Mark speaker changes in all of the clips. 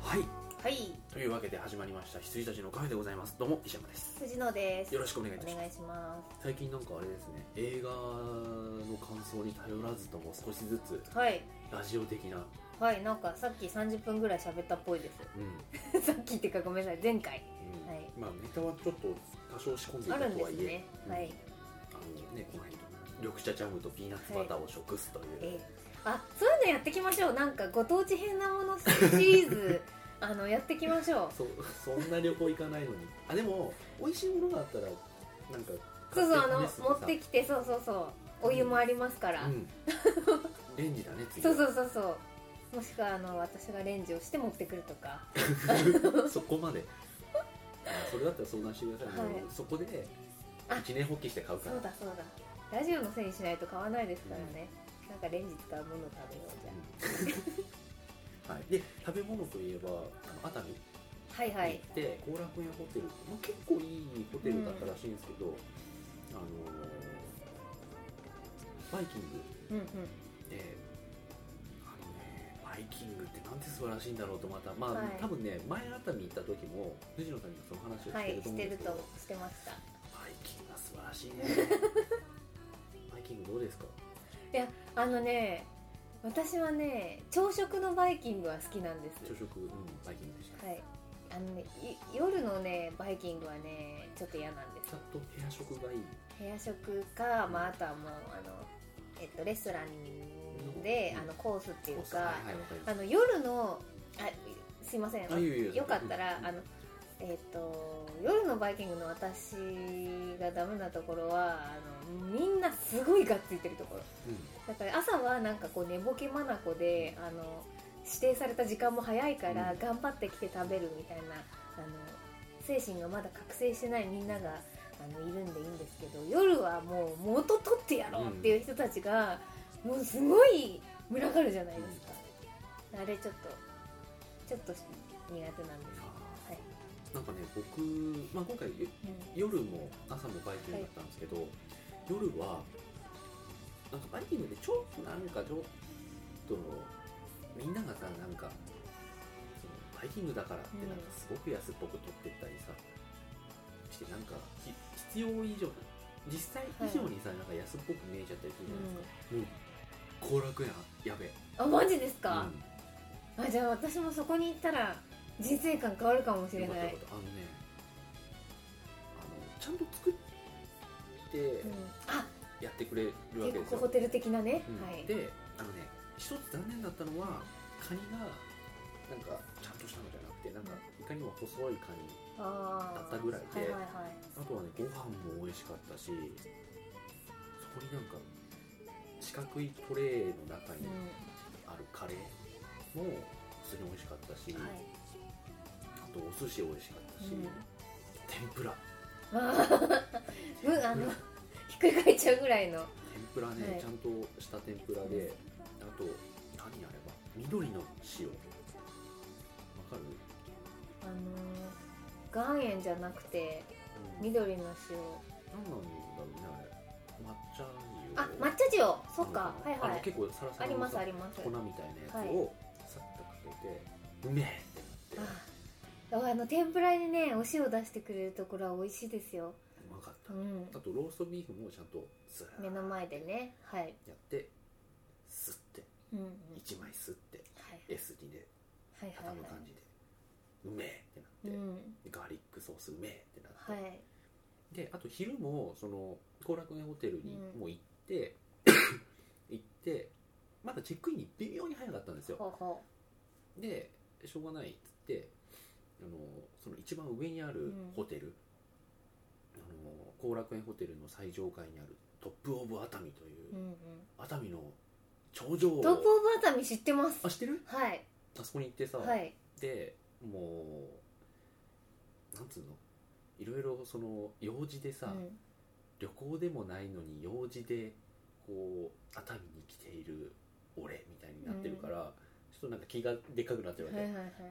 Speaker 1: はい
Speaker 2: というわけで始まりました羊たちのカフェでございますどうも石山です
Speaker 1: 辻野です
Speaker 2: よろしくお願いいたし
Speaker 1: お
Speaker 2: ま
Speaker 1: 願い
Speaker 2: す
Speaker 1: しま
Speaker 2: 最近なんかあれですね映画の感想に頼らずとも少しずつ
Speaker 1: すはい
Speaker 2: ラジオ的な、
Speaker 1: はいなんかさっき30分ぐらい喋ったっぽいです
Speaker 2: うん
Speaker 1: さっきっていうかごめんなさい前回
Speaker 2: うん
Speaker 1: はい
Speaker 2: まあネタはちょっと多少仕込んでい
Speaker 1: あ
Speaker 2: た
Speaker 1: るん
Speaker 2: と
Speaker 1: で
Speaker 2: は
Speaker 1: す
Speaker 2: いえ
Speaker 1: ね
Speaker 2: うん
Speaker 1: はい
Speaker 2: あのねこの辺緑茶ジャムとピーナッツバターを食すという、
Speaker 1: えあそういうのやってきましょうなんかご当地変なものシリー ズあのやってきましょう
Speaker 2: そそんな旅行行かないのにあでも美味しいものがあったらなんか
Speaker 1: そうそうあの
Speaker 2: 買って試すと
Speaker 1: 持
Speaker 2: か
Speaker 1: ってきてそうそうそうお湯もありますから、
Speaker 2: うん、レンジだね次
Speaker 1: そうそうそうそうもしくはあの私がレンジをして持ってくるとか
Speaker 2: う そこまであそれだったら相談してくださ
Speaker 1: は
Speaker 2: い、
Speaker 1: い
Speaker 2: もうそこで
Speaker 1: あ
Speaker 2: 一年発起して買うか
Speaker 1: そ
Speaker 2: ら
Speaker 1: うだそうだラジオのせいにしないと買わないですからね、なんかレンジ使うものを食べようじゃ
Speaker 2: うんはい、で食べ物といえばあの熱海に
Speaker 1: あはいはい
Speaker 2: 行って後、楽園ホテルって、まあ、結構いいホテルだったらしいんですけど、あのーバイキング
Speaker 1: うんうん
Speaker 2: であのねバイキングってなんて素晴らしいんだろうとまたまあ、
Speaker 1: はい
Speaker 2: 多分ね前熱海行った時も藤野さんにその話をし
Speaker 1: は
Speaker 2: て
Speaker 1: い
Speaker 2: る
Speaker 1: し
Speaker 2: と思うん
Speaker 1: て
Speaker 2: で
Speaker 1: る
Speaker 2: すけど、
Speaker 1: としてました
Speaker 2: バイキングは素晴らしい ねバイキングどうですか
Speaker 1: いやあのね私はね朝食のバイキングは好きなんです
Speaker 2: 朝食、うん、バイキングでした、
Speaker 1: はいあのねい夜のねバイキングはねちょっと嫌なんで
Speaker 2: ちゃ
Speaker 1: す
Speaker 2: んと部屋食がいい
Speaker 1: 部屋食か、まあ、あとはもうあの、えっと、レストランで
Speaker 2: うん
Speaker 1: あのコースっていうか、
Speaker 2: はいはいわかりま
Speaker 1: あ
Speaker 2: す
Speaker 1: の夜のあすいません
Speaker 2: あいえいえ
Speaker 1: よかったら、
Speaker 2: うん
Speaker 1: あのえっ、と夜のバイキングの私がダメなところはあのみんなすごいがっついてるところ
Speaker 2: うん
Speaker 1: だから朝はなんかこう寝ぼけ眼であの指定された時間も早いから
Speaker 2: うん
Speaker 1: 頑張ってきて食べるみたいな、あの精神がまだ覚醒してないみんながあのいるんでいいんですけど夜はもう元取ってやろうっていう人たちが、もうすごい群がるじゃないですか、あれちょっとちょっと苦手なんですはい、
Speaker 2: なんかね僕、まあ、今回夜も朝もバイキングだったんですけど、夜はなんかバイキングでちょっとなんかちょっとみんながさなんかそのバイキングだからって
Speaker 1: うん
Speaker 2: なんかすごく安っぽく取ってったりさ、してなんかひ必要以上に実際以上にさ、なんか安っぽく見えちゃったりするじゃないですか、もう後楽園やべえ
Speaker 1: うん、あマジです
Speaker 2: う
Speaker 1: か
Speaker 2: ん、
Speaker 1: あじゃあ私もそこに行ったら人生観変わるかもしれ
Speaker 2: よかった
Speaker 1: な
Speaker 2: よ
Speaker 1: い
Speaker 2: かったあのねあのちゃんと作って
Speaker 1: うん、あ
Speaker 2: やってくれるわけ
Speaker 1: 結
Speaker 2: ですよ、
Speaker 1: 構ホテル的なね、
Speaker 2: うん
Speaker 1: はい
Speaker 2: であのね一つ残念だったのはカニがなんかちゃんとしたのじゃなくてなんかいかにも細いカニ
Speaker 1: あー
Speaker 2: だったぐらいで
Speaker 1: はいはいはい
Speaker 2: あとはねご飯も美味しかったしそこになんか四角いトレーの中に
Speaker 1: う
Speaker 2: あるカレーも普通に美味しかったし、
Speaker 1: んはい
Speaker 2: あとお寿司美味しかったし、
Speaker 1: うん
Speaker 2: 天ぷら
Speaker 1: まあ
Speaker 2: 天ぷら
Speaker 1: あの ひっくり返っちゃうぐらいの
Speaker 2: 天ぷらね、
Speaker 1: はい
Speaker 2: ちゃんとした天ぷらで、あと何あれば緑の塩わかる、
Speaker 1: あのー岩塩じゃなくて
Speaker 2: うん、
Speaker 1: 緑の塩
Speaker 2: 何なんだろうねあれ抹茶油
Speaker 1: あ抹茶塩そっ
Speaker 2: な
Speaker 1: か
Speaker 2: の
Speaker 1: は
Speaker 2: ない
Speaker 1: は
Speaker 2: あの
Speaker 1: い
Speaker 2: 結構サラサ
Speaker 1: あ
Speaker 2: ラ
Speaker 1: り
Speaker 2: の
Speaker 1: ます
Speaker 2: さ
Speaker 1: あります
Speaker 2: 粉みたいなやつをさっとかけて、うめえってなって
Speaker 1: ああの天ぷらにねお塩出してくれるところは美味しいですよ、
Speaker 2: うまかった、
Speaker 1: うん、
Speaker 2: あとローストビーフもちゃんとスー
Speaker 1: 目
Speaker 2: ッ
Speaker 1: の前でねはい、
Speaker 2: やってすって
Speaker 1: うんうん、
Speaker 2: 1枚すって
Speaker 1: はい
Speaker 2: S 2で
Speaker 1: はいはいは
Speaker 2: 畳む感じで、うめえって
Speaker 1: い、
Speaker 2: な
Speaker 1: う
Speaker 2: って、
Speaker 1: ん、
Speaker 2: ガーリックソースうめえってなって、
Speaker 1: はい
Speaker 2: であと昼もその後楽園ホテルに
Speaker 1: うん
Speaker 2: もう行って、 行ってまだチェックインに微妙に早かったんですよ
Speaker 1: ほうほ、
Speaker 2: でしょうがないっつってあのその一番上にあるホテル、あの後楽園ホテルの最上階にあるトップ・オブ・熱海とい
Speaker 1: う
Speaker 2: うう、
Speaker 1: んうん、
Speaker 2: 熱海の頂上
Speaker 1: トップオブ熱海知ってます
Speaker 2: あ知ってる
Speaker 1: はい
Speaker 2: あそこに行ってさ、
Speaker 1: はい
Speaker 2: でもうなんつうのいろいろその用事でさ、
Speaker 1: うん
Speaker 2: 旅行でもないのに用事でこう熱海に来ている俺みたいになってるから、ちょっとなんか気がでっかくなってるわけ、
Speaker 1: はいはいはい
Speaker 2: で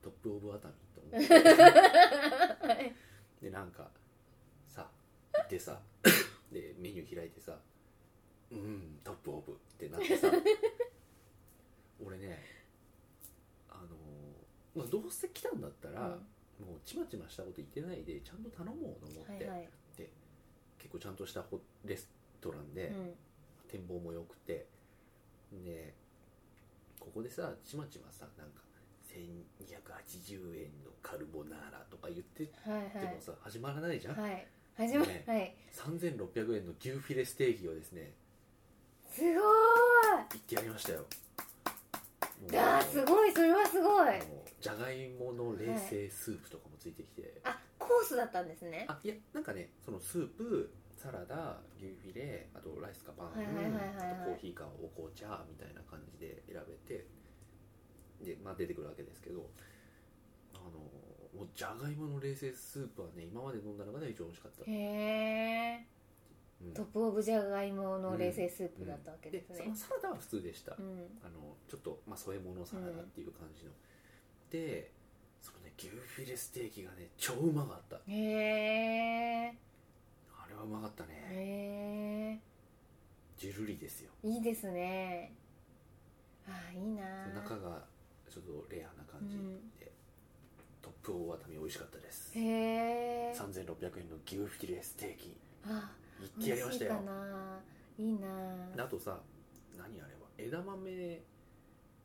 Speaker 2: トップ・オブ・熱海と思ってでなんかさ行っ てさでメニュー開いてさ「うんトップ・オ ブ」ってなってさ俺ねあのまあ、どうせ来たんだったら、
Speaker 1: うん
Speaker 2: もうちまちましたこと言ってないでちゃんと頼もうと思っ
Speaker 1: は
Speaker 2: て、
Speaker 1: いはい
Speaker 2: 結構ちゃんとしたホレストランで、
Speaker 1: うん
Speaker 2: 展望も良くてでここでさちまちまさなんか1280円のカルボナーラとか言ってて
Speaker 1: はい
Speaker 2: もさ、始まらないじゃん、
Speaker 1: はいはい始ま
Speaker 2: ね
Speaker 1: はい
Speaker 2: 3600円の牛フィレステーキをですね
Speaker 1: すごーい
Speaker 2: 行ってやりましたよもう
Speaker 1: あーすごいそれはすごい
Speaker 2: あのじゃがいもの冷製スープとかもついてきて、
Speaker 1: あコースだったんですね
Speaker 2: あいやなんかねそのスープサラダ牛フィレあとライスかパン
Speaker 1: はいはいはいはいはい
Speaker 2: あとコーヒーかお紅茶みたいな感じで選べてで、まあ、出てくるわけですけどあのもうじゃがいもの冷製スープはね今まで飲んだ中で一番美味しかった、
Speaker 1: へえ
Speaker 2: うん
Speaker 1: トップオブジャガイモの冷製スープだったわけです
Speaker 2: で
Speaker 1: ね
Speaker 2: そのサラダは普通でした、
Speaker 1: うん
Speaker 2: あのちょっと、まあ、添え物サラダっていう感じの、でそのね牛フィレステーキがね超うまかった
Speaker 1: へえ
Speaker 2: あれはうまかったね
Speaker 1: へ
Speaker 2: ジュルリですよ
Speaker 1: えいいですねあーいいなー
Speaker 2: 中がちょっとレアな感じで、トップ大熱海美味しかったです
Speaker 1: へえ
Speaker 2: 3600円の牛フィレステーキ
Speaker 1: あ
Speaker 2: 行って
Speaker 1: 美
Speaker 2: やりま
Speaker 1: 味し
Speaker 2: し
Speaker 1: たい
Speaker 2: よ
Speaker 1: かないいなー
Speaker 2: あとさ何あれは枝豆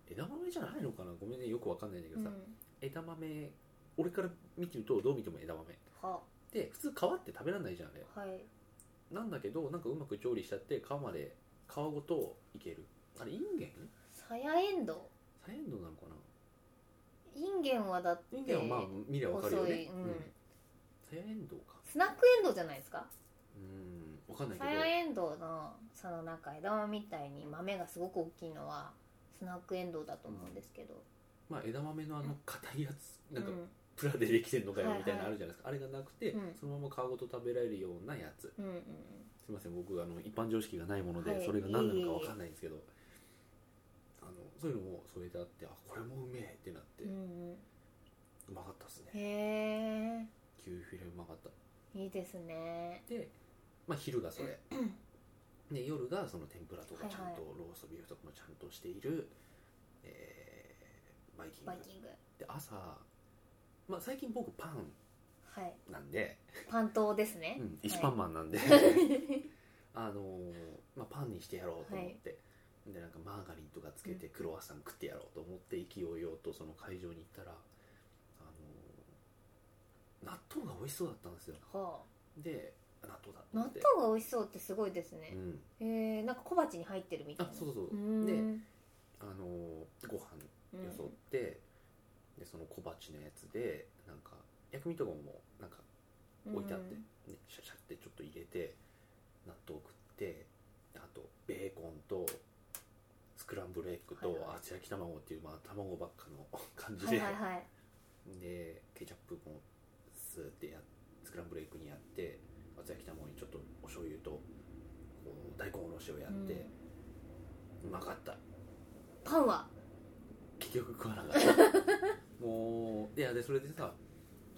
Speaker 2: 枝豆じゃないのかなごめんねよくわかんないんだけ
Speaker 1: う
Speaker 2: ど
Speaker 1: ん
Speaker 2: さ、枝豆俺から見てるとどう見ても枝豆
Speaker 1: は
Speaker 2: で普通皮って食べられないじゃんあれ
Speaker 1: はい
Speaker 2: なんだけどなんかうまく調理しちゃって皮まで皮ごといけるあれインゲン
Speaker 1: さやエンド
Speaker 2: サヤエンドウなのか
Speaker 1: ウインゲンはだって
Speaker 2: なインゲンはまあ見りゃわかるよ
Speaker 1: 細
Speaker 2: ね
Speaker 1: いうん
Speaker 2: サヤエンドウか
Speaker 1: スナックエンドウじゃないですか
Speaker 2: うんわかんないけ
Speaker 1: サ
Speaker 2: ど
Speaker 1: ヤエンドウのその中枝豆みたいに豆がすごく大きいのはスナックエンドウだと思うんですけど、
Speaker 2: まあ、枝豆のあの硬いやつ、
Speaker 1: う
Speaker 2: なん
Speaker 1: ん
Speaker 2: かプラでできてんのかよ
Speaker 1: はいはい
Speaker 2: みたいなのあるじゃないですか、あれがなくて、
Speaker 1: うん
Speaker 2: そのまま皮ごと食べられるようなやつ
Speaker 1: うんうんうん
Speaker 2: すいません僕あの一般常識がないもので、
Speaker 1: はい
Speaker 2: それが何なのか分かんないんですけどあのそういうのも添えてあってあこれもうめえってなって、
Speaker 1: う
Speaker 2: うんまかったです
Speaker 1: うん
Speaker 2: ね
Speaker 1: へ
Speaker 2: 牛フィレうまかった
Speaker 1: えいいですね
Speaker 2: で、まあ、昼がそれで夜がその天ぷらとかちゃんと、ローストビーフとかもちゃんとしている、えーバイキング
Speaker 1: バイキング
Speaker 2: で朝、まあ、最近僕パン
Speaker 1: はい
Speaker 2: なんで
Speaker 1: パン島ですね、
Speaker 2: うん、
Speaker 1: は
Speaker 2: 一
Speaker 1: い
Speaker 2: パンマ ンなんで、あのーまあ、パンにしてやろうと思って、でなんかマーガリンとかつけてクロワッサン食ってやろうと思って勢いよとその会場に行ったら、あのー納豆が美味しそうだったんですよ
Speaker 1: は
Speaker 2: で納豆だ
Speaker 1: あ、納
Speaker 2: と思って
Speaker 1: 豆が美味しそうってすごいですね、
Speaker 2: うん、
Speaker 1: へえなんか小鉢に入ってるみたい
Speaker 2: あ
Speaker 1: な
Speaker 2: そうそう
Speaker 1: う
Speaker 2: そ
Speaker 1: ん
Speaker 2: うで
Speaker 1: うん
Speaker 2: あのーご飯よそって、でその小鉢のやつでなんか薬味とかもなんか置いてあって、ね、シャシャってちょっと入れて納豆食ってあとベーコンとスクランブルエッグと
Speaker 1: はいはい
Speaker 2: 厚焼き卵っていう、まあ、卵ばっかの 感
Speaker 1: うん
Speaker 2: じ
Speaker 1: は
Speaker 2: で、
Speaker 1: いはいはい
Speaker 2: でケチャップもスーってやスクランブルエッグにやって厚焼き卵にちょっとお醤油とこう大根おろしをやって、うまかった
Speaker 1: パンは
Speaker 2: 結局食わなかっ たもういやでそれでさ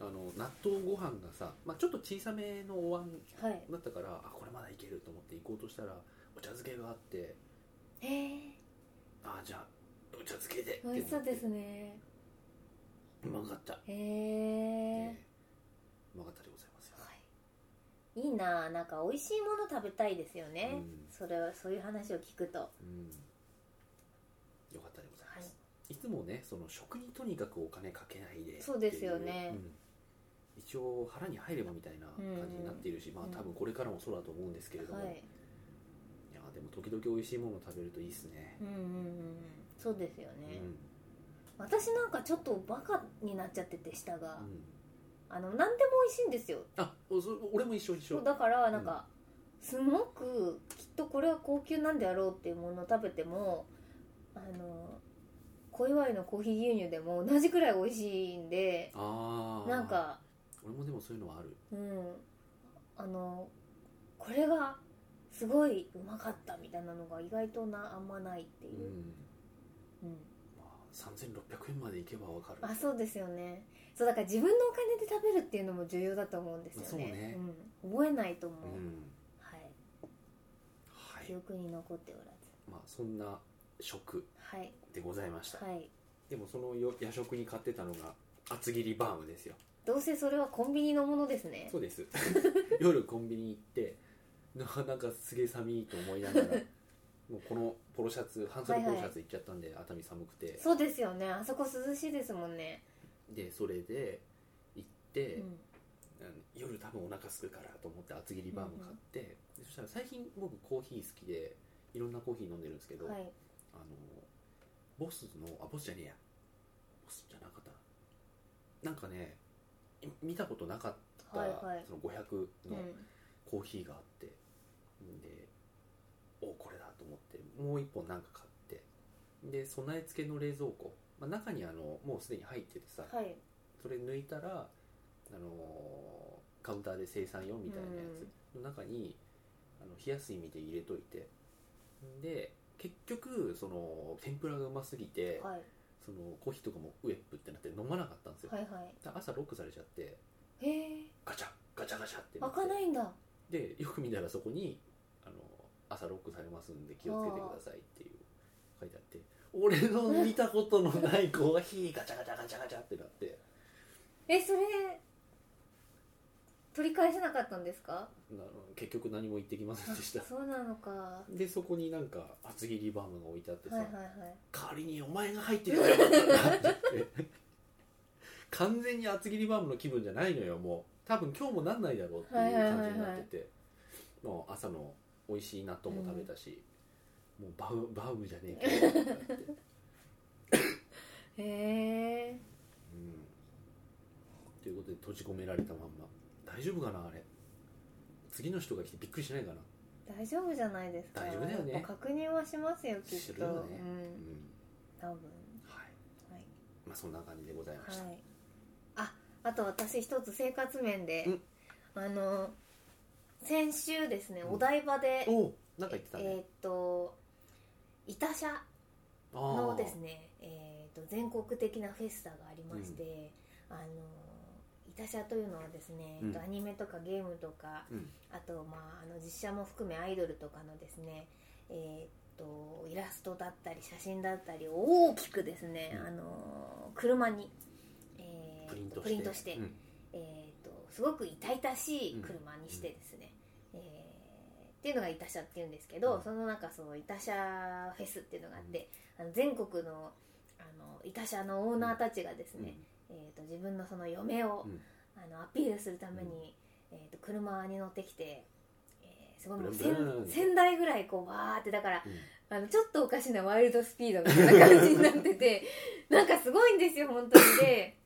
Speaker 2: あの納豆ご飯がさ、まあ、ちょっと小さめのお椀
Speaker 1: はい
Speaker 2: だったからあこれまだいけると思って行こうとしたらお茶漬けがあって
Speaker 1: へえ
Speaker 2: あじゃあお茶漬けでって
Speaker 1: 美
Speaker 2: なって
Speaker 1: 味しそうですね
Speaker 2: うまかった、
Speaker 1: へ
Speaker 2: え
Speaker 1: え
Speaker 2: うまかったでございますよ、
Speaker 1: はい、いいなあなんか美味しいもの食べたいですよね、
Speaker 2: うん
Speaker 1: それはそういう話を聞くと
Speaker 2: うんよかったでございます、い、つもねその食にとにかくお金かけないでってい
Speaker 1: そうですよね
Speaker 2: うん一応腹に入ればみたいな感じになっているし、まあ
Speaker 1: うん
Speaker 2: 多分これからもそうだと思うんですけれども、、
Speaker 1: はいい
Speaker 2: やでも時々美味しいものを食べるといいですね
Speaker 1: うんうんうんそうですよ
Speaker 2: う
Speaker 1: ね、
Speaker 2: ん
Speaker 1: 私なんかちょっとバカになっちゃってて舌が、
Speaker 2: うん
Speaker 1: あの何でも美味しいんですよ
Speaker 2: あおそ俺も一緒一緒
Speaker 1: そうだからなんか、すごくきっとこれは高級なんであろうっていうものを食べてもあの小祝いのコーヒー牛乳でも同じくらい美味しいんで
Speaker 2: ああ
Speaker 1: なんか
Speaker 2: 俺もでもそういうのはある
Speaker 1: うん、あのこれがすごいうまかったみたいなのが意外となあんまないっていうう、
Speaker 2: ん
Speaker 1: うん
Speaker 2: まあ、3600円までいけばわかる
Speaker 1: あそうですよねそうだから自分のお金で食べるっていうのも重要だと思うんですよね
Speaker 2: そうね
Speaker 1: うん、覚えないと思
Speaker 2: う
Speaker 1: う、
Speaker 2: ん
Speaker 1: はい、
Speaker 2: は
Speaker 1: 記
Speaker 2: い
Speaker 1: 憶に残っておらず
Speaker 2: まあそんな食
Speaker 1: はい
Speaker 2: でございました、
Speaker 1: はい
Speaker 2: でもそのよ夜食に買ってたのが厚切りバームですよ
Speaker 1: どうせそれはコンビニのものですね
Speaker 2: そうです 夜コンビニ行って なかなかすげえ寒いと思い ながらもうこのポロシャツ半袖ポロシャツ行っちゃったんで、熱海寒くて
Speaker 1: そうですよねあそこ涼しいですもんね、
Speaker 2: でそれで行って、
Speaker 1: うん
Speaker 2: うん夜多分お腹すくからと思って厚切りバーム買って、でそしたら最近僕コーヒー好きでいろんなコーヒー飲んでるんですけど、
Speaker 1: はい
Speaker 2: あのボスのあボスじゃねえやボスじゃなかったななんかねい見たことなかった、
Speaker 1: はいはい
Speaker 2: その500
Speaker 1: う
Speaker 2: の
Speaker 1: ん
Speaker 2: コーヒーがあって、ん、でおこれだと思ってもう一本なんか買ってで備え付けの冷蔵庫、まあ、中にあのもうすでに入っててさ、
Speaker 1: はい
Speaker 2: それ抜いたら、あのーカウンターで生産よみたいなやつの中に、あの冷やす意味で入れといてで結局その天ぷらがうますぎて、
Speaker 1: はい
Speaker 2: そのコーヒーとかもウエップってなって飲まなかったんですよ、
Speaker 1: はいはい
Speaker 2: だ朝ロックされちゃって
Speaker 1: へえ
Speaker 2: ガチャガチャガチャってな
Speaker 1: 開
Speaker 2: って
Speaker 1: かないんだ
Speaker 2: でよく見たらそこに、あの朝ロックされますんで気をつけてください」っていう書いてあって俺の見たことのないコーヒーガチャガチャガチャガチャってなって
Speaker 1: えそれ取り返せなかったんですか
Speaker 2: な結局何も言ってきません でした
Speaker 1: あそうなのかは
Speaker 2: でそこになんか厚切りバームが置いてあって
Speaker 1: い
Speaker 2: さ、
Speaker 1: はいはい
Speaker 2: 代わりにお前が入ってくればよかったなって言って完全に厚切りバームの気分じゃないのよもう多分今日もなんないだろうっていう感じになってて、もう朝の美味しい納豆も食べたし、もうバウバウムじゃねえけどってなって、うん、っ
Speaker 1: へえ
Speaker 2: ていうことで閉じ込められたまんま大丈夫かなあれ次の人が来てびっくりしないかな
Speaker 1: 大丈夫じゃないですか
Speaker 2: 大丈夫だよね
Speaker 1: やっぱ確認はしますよきっと
Speaker 2: するよね
Speaker 1: う、
Speaker 2: うんん
Speaker 1: 多分
Speaker 2: はい
Speaker 1: はい
Speaker 2: まあそんな感じでございました、
Speaker 1: はい、ああと私一つ生活面で、
Speaker 2: うん
Speaker 1: あの先週ですね
Speaker 2: うん
Speaker 1: お台場で、
Speaker 2: おおなんか言ってた
Speaker 1: え
Speaker 2: ね
Speaker 1: ーっとイタ社
Speaker 2: あ
Speaker 1: の
Speaker 2: あ
Speaker 1: ですね、えーっと全国的なフェスタがありまして、あのイタ社というのはですね、えっと
Speaker 2: うん
Speaker 1: アニメとかゲームとか
Speaker 2: うん
Speaker 1: あと、まあ、あの実写も含めアイドルとかのですね、えーっとイラストだったり写真だったりを大きくですね、
Speaker 2: うん
Speaker 1: あの車に、えーっと
Speaker 2: プリントして
Speaker 1: プリントして、
Speaker 2: うん
Speaker 1: えー、とすごく痛々しい車にしてですね、えーっていうのが痛車っていうんですけど、
Speaker 2: うん
Speaker 1: その中その痛車フェスっていうのがあって、あの全国のあの痛車のオーナーたちがですね、えー、と自分のその嫁を、
Speaker 2: うん
Speaker 1: あのアピールするために、えー、と車に乗ってきて、えーすごいもう
Speaker 2: ブルンブルン
Speaker 1: 1000台ぐらいこうわーってだから
Speaker 2: うん
Speaker 1: あのちょっとおかしなワイルドスピードみたいな感じになってて なんかすごいんですよ本当にで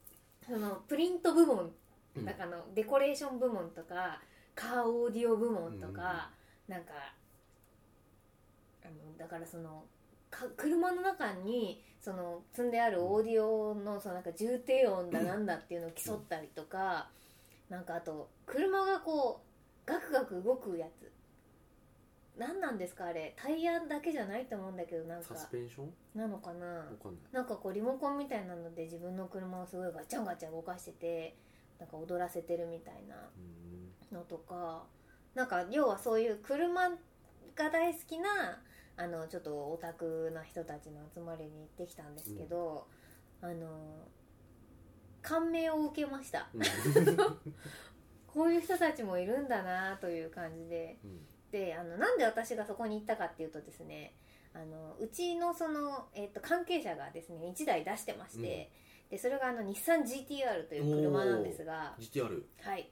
Speaker 1: そのプリント部門
Speaker 2: うん
Speaker 1: なんかあのデコレーション部門とかカーオーディオ部門とか、なんかあのだからそのか車の中にその積んであるオーディオのそのなんか重低音だなんだっていうのを競ったりとか、なんかあと車がこうガクガク動くやつ何なんですかあれタイヤだけじゃないと思うんだけどなんか
Speaker 2: サスペンションわ
Speaker 1: なのかな
Speaker 2: かんない
Speaker 1: なんかこうリモコンみたいなので自分の車をすごいガチャンガチャン動かしててなんか踊らせてるみたいな
Speaker 2: うん
Speaker 1: のとかなんか要はそういう車が大好きなあのちょっとオタクな人たちの集まりに行ってきたんですけど、あの感銘を受けました
Speaker 2: うん
Speaker 1: こういう人たちもいるんだなという感じで
Speaker 2: うん
Speaker 1: であのなんで私がそこに行ったかっていうとですねあのうちのその、えっと関係者がですね1台出してまして、でそれがあの日産 GTR という車なんですが、
Speaker 2: GTR
Speaker 1: はい、
Speaker 2: はい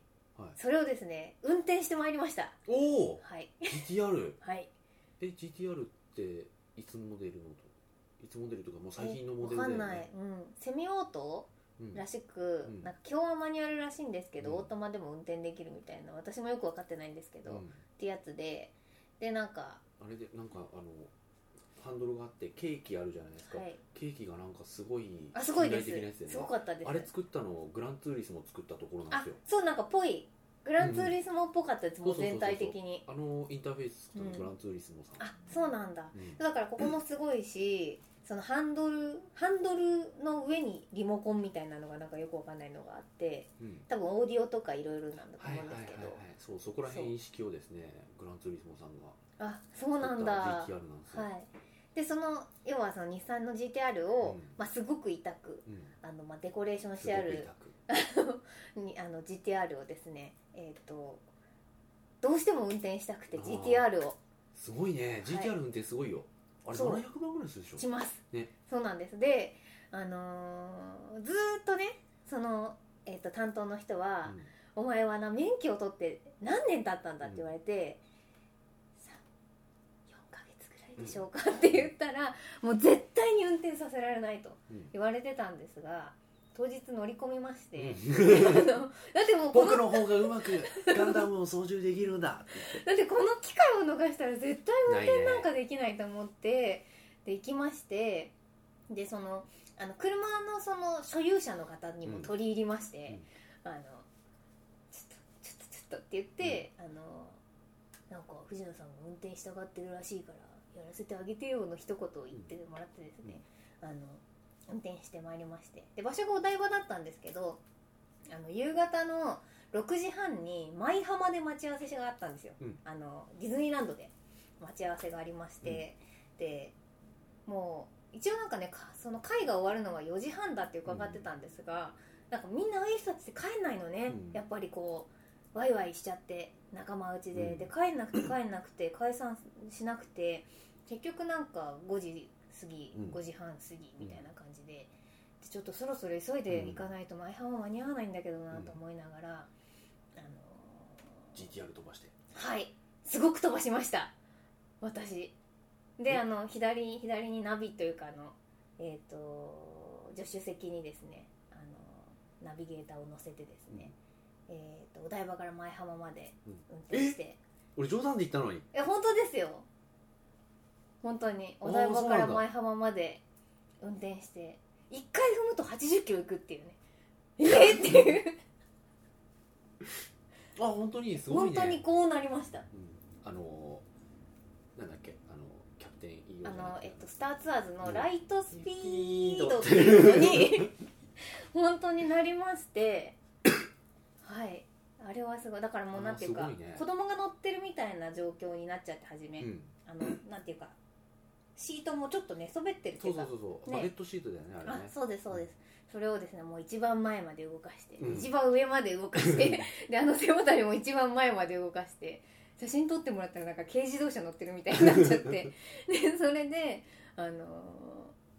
Speaker 1: それをですね運転してまいりました
Speaker 2: おお
Speaker 1: はい
Speaker 2: GTR
Speaker 1: はい
Speaker 2: え GTR っていつモデルのといつモデルとかもう最近のモデ
Speaker 1: 分
Speaker 2: ル
Speaker 1: か
Speaker 2: だよ
Speaker 1: んな
Speaker 2: ね
Speaker 1: い、うん、セミオート
Speaker 2: うん
Speaker 1: らしく、
Speaker 2: うん
Speaker 1: なんか今日はマニュアルらしいんですけど、
Speaker 2: うん
Speaker 1: オートマでも運転できるみたいな私もよく分かってないんですけど、
Speaker 2: う
Speaker 1: っ
Speaker 2: ん
Speaker 1: てやつででなんか
Speaker 2: あれでなんかあのハンドルがあってケーキあるじゃないですか
Speaker 1: はい
Speaker 2: ケーキがなんかすごい
Speaker 1: あすごいです
Speaker 2: 近代的なやつだよね
Speaker 1: すごかったです
Speaker 2: あれ作ったのグランツーリスも作ったところなん
Speaker 1: あ
Speaker 2: ですよ
Speaker 1: そうなんかぽいグランツーリスモっぽかったです、
Speaker 2: うん
Speaker 1: もう
Speaker 2: そうそうそうそう
Speaker 1: 全体的に
Speaker 2: あのインターフェース作ったのグランツーリスモさん
Speaker 1: あそうなんだ
Speaker 2: うん
Speaker 1: だからここもすごいし、そのハンドルハンドルの上にリモコンみたいなのがなんかよくわかんないのがあって
Speaker 2: うん
Speaker 1: 多分オーディオとかいろいろなんだと
Speaker 2: はい
Speaker 1: 思
Speaker 2: は
Speaker 1: うんで
Speaker 2: いはい
Speaker 1: すけど、
Speaker 2: はいそうそこら辺意識をですねグランツーリスモさんが
Speaker 1: あそうなんだ
Speaker 2: 作った GTR なんですよ、
Speaker 1: はいでその要はその日産の GTR を、
Speaker 2: うん
Speaker 1: まあ、すごく痛く
Speaker 2: うん
Speaker 1: あの、まあ、デコレーションし
Speaker 2: す
Speaker 1: て
Speaker 2: ご
Speaker 1: あ
Speaker 2: く
Speaker 1: る
Speaker 2: 痛く
Speaker 1: にあの GTR をですねえっ、とどうしても運転したくて
Speaker 2: あー
Speaker 1: GTR を
Speaker 2: すごいね GTR 運転すごいよ、あれ
Speaker 1: そう
Speaker 2: 700万ぐらいするでし
Speaker 1: し
Speaker 2: ょ
Speaker 1: ます、
Speaker 2: ね
Speaker 1: そうなんですであのーずーっとねその、えー、と担当の人は、
Speaker 2: うん
Speaker 1: お前はな免許を取って何年経ったんだって言われて、さ4ヶ月ぐらいでしょうかって言ったら、もう絶対に運転させられないと
Speaker 2: うん
Speaker 1: 言われてたんですが当日乗り込みまして、
Speaker 2: う
Speaker 1: あ
Speaker 2: ん
Speaker 1: のだってもうこの
Speaker 2: 僕の方がうまくガンダムを操縦できるんだって言って
Speaker 1: だってこの機会を逃したら絶対運
Speaker 2: ない
Speaker 1: 転
Speaker 2: ね
Speaker 1: なんかできないと思ってで行きましてでそのあの車のその所有者の方にも取り入りまして、あのちょっとちょっとちょっとって言って、あのなんか藤野さんが運転したがってるらしいからやらせてあげてよの一言を言ってもらってですね、あの運転してまいりましてで場所がお台場だったんですけどあの夕方の6時半に舞浜で待ち合わせがあったんですよ、
Speaker 2: うん
Speaker 1: あのディズニーランドで待ち合わせがありまして、でもう一応なんかねかその会が終わるのは4時半だって伺ってたんですが、なんかみんなああいう人たちって帰んないのね、
Speaker 2: うん
Speaker 1: やっぱりこうワイワイしちゃって仲間内で、
Speaker 2: うん
Speaker 1: で帰んなくて帰んなくて解散しなくて結局なんか5時過ぎ、
Speaker 2: うん
Speaker 1: 5時半過ぎみたいな感じで。でちょっとそろそろ急いで行かないと前半は間に合わないんだけどなと思いながら、あの
Speaker 2: GTR 飛ばして
Speaker 1: はいすごく飛ばしました私で
Speaker 2: え
Speaker 1: あの左左にナビというかあのえっ、と助手席にですねあのナビゲーターを乗せてですね、えー、とお台場から前浜まで
Speaker 2: うん
Speaker 1: 運転して、
Speaker 2: 俺冗談で言ったのに
Speaker 1: え本当ですよ本当にお台
Speaker 2: あー
Speaker 1: 場
Speaker 2: そう
Speaker 1: か
Speaker 2: なんだ
Speaker 1: ら前浜まで運転して1回踏むと80キロいくっていうね えー、っていう
Speaker 2: あ本当にすごい
Speaker 1: 本
Speaker 2: ね
Speaker 1: 当にこうなりました
Speaker 2: うんあのーなんだっけあのキャプテンイー
Speaker 1: あ
Speaker 2: ヨーじゃな
Speaker 1: の
Speaker 2: く、て
Speaker 1: えっと、スターツアーズのライトスピードっ
Speaker 2: ス
Speaker 1: て
Speaker 2: ピー
Speaker 1: い
Speaker 2: ド
Speaker 1: うのに 本当になりましてはいあれはすごいだからもうなんていう
Speaker 2: あ
Speaker 1: か、
Speaker 2: すごいね
Speaker 1: 子供が乗ってるみたいな状況になっちゃって初め、
Speaker 2: うん
Speaker 1: あのなんていうかシートもちょっと寝そべってるって
Speaker 2: そ
Speaker 1: いううか
Speaker 2: そうそうそう
Speaker 1: ね
Speaker 2: バケットシートだよねあ
Speaker 1: あ
Speaker 2: れね
Speaker 1: そうですそうですそれをですねもう一番前まで動かして、
Speaker 2: うん
Speaker 1: 一番上まで動かしてであの背もたれも一番前まで動かして写真撮ってもらったらなんか軽自動車乗ってるみたいになっ ちゃってでそれであのー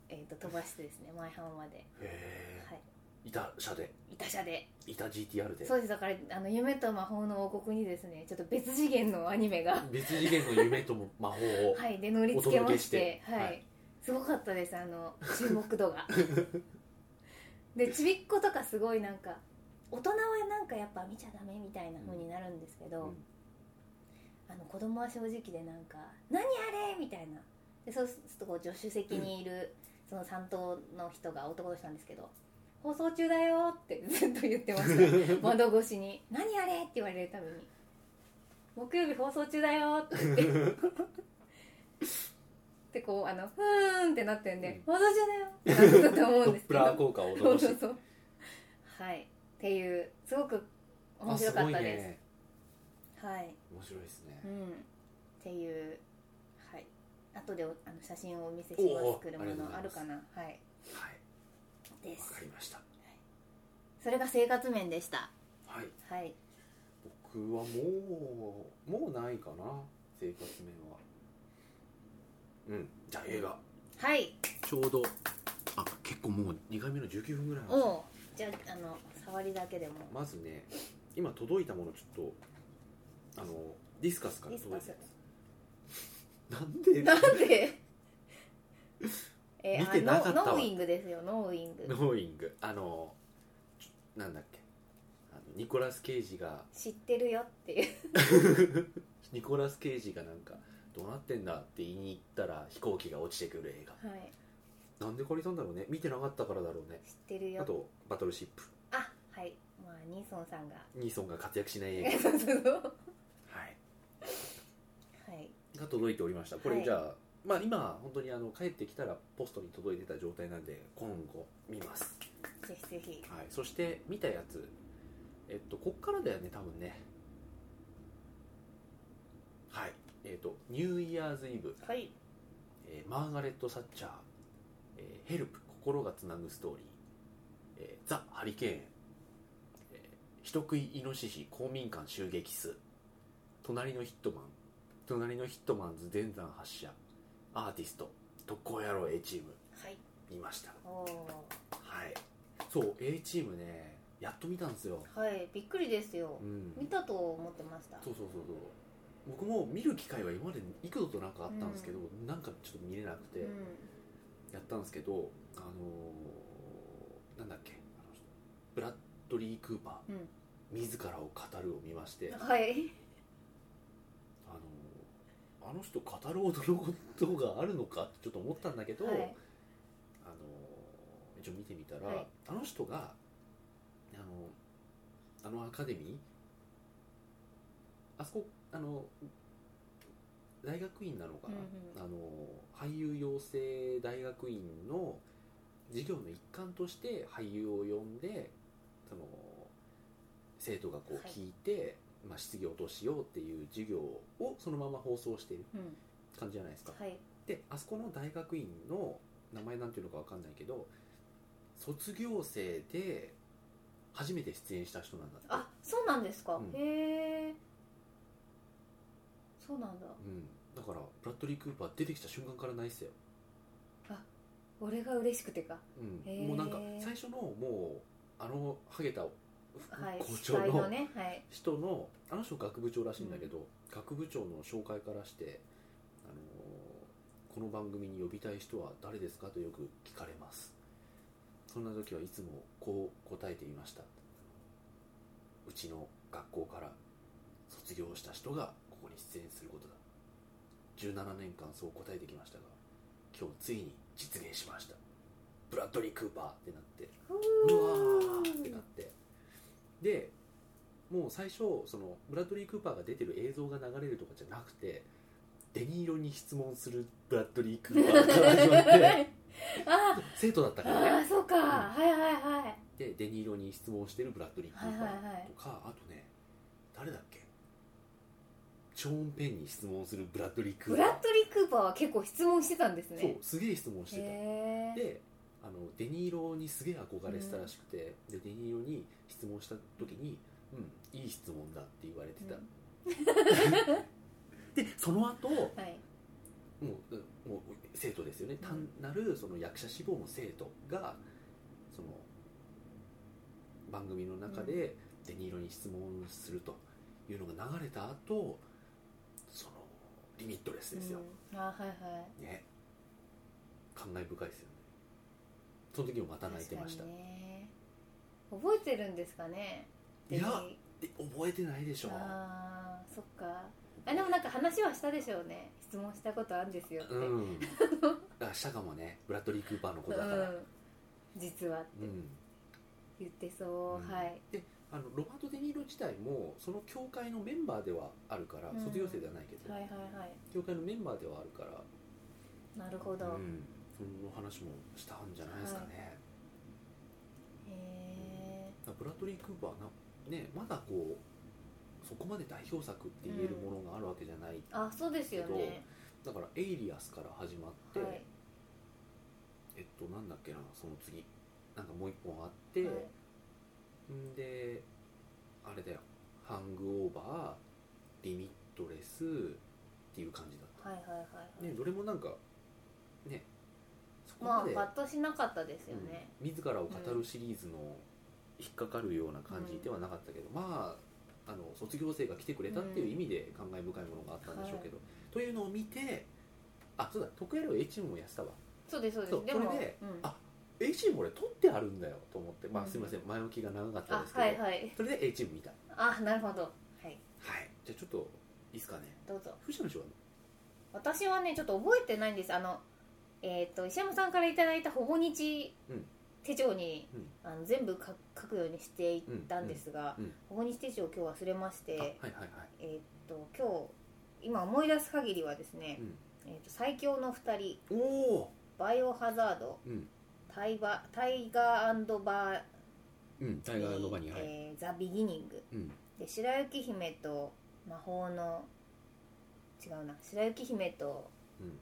Speaker 1: えー、と飛ばしてですね前浜まで、
Speaker 2: へ
Speaker 1: は
Speaker 2: えいた車で
Speaker 1: い、板車で
Speaker 2: いた GTR で
Speaker 1: そうですだからあの夢と魔法の王国にですねちょっと別次元のアニメが
Speaker 2: 別次元の夢とも魔法を
Speaker 1: はいで乗り付けまして
Speaker 2: お届けして
Speaker 1: はい、
Speaker 2: はい
Speaker 1: すごかったですあの注目度 がでちびっ子とかすごいなんか大人はなんかやっぱ見ちゃダメみたいな風になるんですけど、
Speaker 2: うん
Speaker 1: あの子供は正直でなんか「何あれ!」みたいなでそうするとこう助手席にいるその担当の人が男の人なんですけど「放送中だよ!」って ずっと言ってました 窓越しに「何あれ!」って言われるたびに「木曜日放送中だよ!」 って言ってでこうあの「ふーん」ってなってるんで「放送中だよ!」ってなってたと思うん
Speaker 2: ド
Speaker 1: で
Speaker 2: ッ
Speaker 1: す
Speaker 2: プ
Speaker 1: けど
Speaker 2: ラー効果を
Speaker 1: そう
Speaker 2: 驚
Speaker 1: そう
Speaker 2: し
Speaker 1: そうはいっていうすごく面
Speaker 2: あ
Speaker 1: 白
Speaker 2: す
Speaker 1: か
Speaker 2: ご
Speaker 1: っ
Speaker 2: い
Speaker 1: たです
Speaker 2: ね
Speaker 1: はい
Speaker 2: 面白いですね
Speaker 1: うん、っていう、はい、後でおあの写真をお見せし
Speaker 2: お
Speaker 1: ま
Speaker 2: お
Speaker 1: す車
Speaker 2: ありがとうご
Speaker 1: の
Speaker 2: ざ
Speaker 1: ある
Speaker 2: います
Speaker 1: かなはい
Speaker 2: はい
Speaker 1: で
Speaker 2: わ
Speaker 1: す
Speaker 2: かりました
Speaker 1: それが生活面でした
Speaker 2: はい
Speaker 1: はい
Speaker 2: 僕はもうもうないかな生活面はうんじゃあ映画
Speaker 1: はい
Speaker 2: ちょうどあ結構もう2回目の19分ぐらいなん
Speaker 1: お
Speaker 2: ですね
Speaker 1: おじゃああの触りだけでも
Speaker 2: まずね今届いたものちょっとあのディスカスから届いたやつなんで
Speaker 1: なんでえー、
Speaker 2: 見てなか
Speaker 1: あ
Speaker 2: った
Speaker 1: ノ
Speaker 2: わ
Speaker 1: ノーウィングですよノーウィング
Speaker 2: ノーイングあのちょなんだっけあのニコラス・ケイジが
Speaker 1: 知ってるよっていう
Speaker 2: ニコラス・ケイジがなんかどうなってんだって言いに行ったら飛行機が落ちてくる映画
Speaker 1: はい
Speaker 2: なんで借りたんだろうね見てなかったからだろうね
Speaker 1: 知ってるよ
Speaker 2: あとバトルシップ
Speaker 1: あはいまあニーソンさんが
Speaker 2: ニーソンが活躍しない映
Speaker 1: そうそうそう
Speaker 2: 画、はい、
Speaker 1: はい
Speaker 2: が届いておりましたこ
Speaker 1: は
Speaker 2: れ
Speaker 1: い
Speaker 2: じゃあ、まあ今本当にあの帰ってきたらポストに届いてた状態なんで今後見ます、
Speaker 1: ぜひぜひ
Speaker 2: はい、そして見たやつえっとこっからだよね多分ねはいえっとニューイヤーズイブ
Speaker 1: はい
Speaker 2: ええーマーガレット・サッチャー、えーヘルプ心がつなぐストーリー、えーザ・ハリケーン、えー人食いイノシシ公民館襲撃す隣のヒットマン隣のヒットマンズ全山発射アーティスト特攻野郎 A チーム
Speaker 1: はい
Speaker 2: 見ました
Speaker 1: お
Speaker 2: はいそう A チームねやっと見たんですよ
Speaker 1: ーはいびっくりですよ
Speaker 2: う、ん
Speaker 1: 見たと思ってました
Speaker 2: そうそうそうそう僕も見る機会は今まで幾度となくあったんですけど、なんかちょっと見れなくて、
Speaker 1: うん
Speaker 2: やったんですけどあのーなんだっけあのブラッドリー・クーパー、
Speaker 1: うん
Speaker 2: 自らを語るを見まして、あの
Speaker 1: はい
Speaker 2: ーあの人語るほどのことがあるのかってちょっと思ったんだけど、
Speaker 1: はい
Speaker 2: あのー一応見てみたら、
Speaker 1: はい
Speaker 2: あの人があのあのアカデミーあそこあの大学院なのかな、あの俳優養成大学院の授業の一環として俳優を呼んでその生徒がこう
Speaker 1: はい
Speaker 2: 聞いて、まあ、質疑応答しようっていう授業をそのまま放送してる
Speaker 1: うんうん
Speaker 2: 感じじゃないですか、
Speaker 1: はい
Speaker 2: であそこの大学院の名前なんていうのかわかんないけど卒業生で初めて出演した人なんだって
Speaker 1: あそうなんですか、
Speaker 2: うん
Speaker 1: へえそうなんだ
Speaker 2: うん、だからブラッドリー・クーパー出てきた瞬間からないっすよ
Speaker 1: 俺が嬉しくてか
Speaker 2: うん
Speaker 1: へー
Speaker 2: もうなんか最初のもうあのハゲた
Speaker 1: はい
Speaker 2: 校
Speaker 1: 司
Speaker 2: 長
Speaker 1: 会の
Speaker 2: の
Speaker 1: ねはい
Speaker 2: 人のあの人学部長らしいんだけど、学部長の紹介からして、あのーこの番組に呼びたい人は誰ですかとよく聞かれますそんな時はいつもこう答えていましたうちの学校から卒業した人がここに出演することだ17年間そう答えてきましたが今日ついに実現しましたブラッドリー・クーパーってなって
Speaker 1: う
Speaker 2: うわ ーってなってでもう最初そのブラッドリー・クーパーが出てる映像が流れるとかじゃなくてデニーロに質問するブラッドリー・クーパーから始まって
Speaker 1: あ
Speaker 2: 生徒だったからね
Speaker 1: あーそうか、はいはいはい
Speaker 2: でデニーロに質問してるブラッドリー・ク
Speaker 1: はい
Speaker 2: ーパ
Speaker 1: は
Speaker 2: ー
Speaker 1: いはい
Speaker 2: とかあとね誰だっけショーン・ペンに質問するブラッドリー・ク
Speaker 1: ブ
Speaker 2: ーパー
Speaker 1: ラッドリー・クーパーは結構質問してたんですね
Speaker 2: そうすげえ質問してた
Speaker 1: へえ
Speaker 2: であのデニーロにすげえ憧れてたらしくて、でデニーロに質問した時に「うんいい質問だ」って言われてた、
Speaker 1: うん
Speaker 2: でその後も
Speaker 1: はい、
Speaker 2: ううんもう生徒ですよね
Speaker 1: うん
Speaker 2: 単なるその役者志望の生徒がその番組の中でデニーロに質問するというのが流れた後そのリミットレスですよ、
Speaker 1: うん、あーはいはい
Speaker 2: ね感慨深いですよねその時もまた泣いてました、
Speaker 1: 確かにね覚えてるんですかね
Speaker 2: いや
Speaker 1: デニ
Speaker 2: え覚えてないでしょ
Speaker 1: あーそっかあでもなんか話はしたでしょうね質問したことあるんですよって、
Speaker 2: うんあシャガもねブラッドリー・クーパーの子だから、うん
Speaker 1: うん実はって言ってそう、
Speaker 2: うん
Speaker 1: はい
Speaker 2: であのロバート・デ・ニーロ自体もその教会のメンバーではあるから、
Speaker 1: うん
Speaker 2: 卒業生ではないけど、
Speaker 1: はいはいはい
Speaker 2: 教会のメンバーではあるから
Speaker 1: なるほど、
Speaker 2: うんその話もしたんじゃないですかね、
Speaker 1: へえ
Speaker 2: だからブラッドリー・クーパーなねまだこうそこまで代表作って言えるものがあるわけじゃない、
Speaker 1: あそうですよね
Speaker 2: だから「エイリアス」から始まって、
Speaker 1: はい
Speaker 2: えっとなんだっけなその次なんかもう一本あって、
Speaker 1: はい
Speaker 2: んであれだよハングオーバーリミットレスっていう感じだっ
Speaker 1: はいはいはい
Speaker 2: た、ね、どれもなんかねそこ
Speaker 1: ま
Speaker 2: ま
Speaker 1: あ
Speaker 2: で、
Speaker 1: パッとしなかったですよね、
Speaker 2: うん自らを語るシリーズの引っかかるような感じではなかったけど、まああの卒業生が来てくれたっていう意味で感慨深いものがあったんでしょうけど、というのを見てあそうだ徳野郎 A チームもやってたわ
Speaker 1: そうですそうです
Speaker 2: そう
Speaker 1: でも
Speaker 2: それで
Speaker 1: うん、
Speaker 2: あ A チーム俺取ってあるんだよと思ってまあ
Speaker 1: うん
Speaker 2: すいません前置きが長かった
Speaker 1: あ
Speaker 2: ですけど、
Speaker 1: はいはい
Speaker 2: それで A チーム見た
Speaker 1: あなるほどはい
Speaker 2: はいじゃあちょっといいですかね
Speaker 1: どうぞ
Speaker 2: 藤野氏は
Speaker 1: 私はねちょっと覚えてないんですあのえっ、と石山さんからいただいたほぼ日
Speaker 2: うん
Speaker 1: 手帳に、
Speaker 2: うん
Speaker 1: あの全部か書くようにしていったんですが、
Speaker 2: うんうんうん
Speaker 1: ほぼ日手帳を今日忘れまして、
Speaker 2: あはいはいはい
Speaker 1: えっ、と今日今思い出す限りはですね、えー、と最強の2人
Speaker 2: うん、おお
Speaker 1: バイオハザード
Speaker 2: うん
Speaker 1: タイバタイガーバー
Speaker 2: うんタイガーの場にはい
Speaker 1: えーザ・ビギニング
Speaker 2: うん
Speaker 1: で白雪姫と魔法の違うな白雪姫と
Speaker 2: うん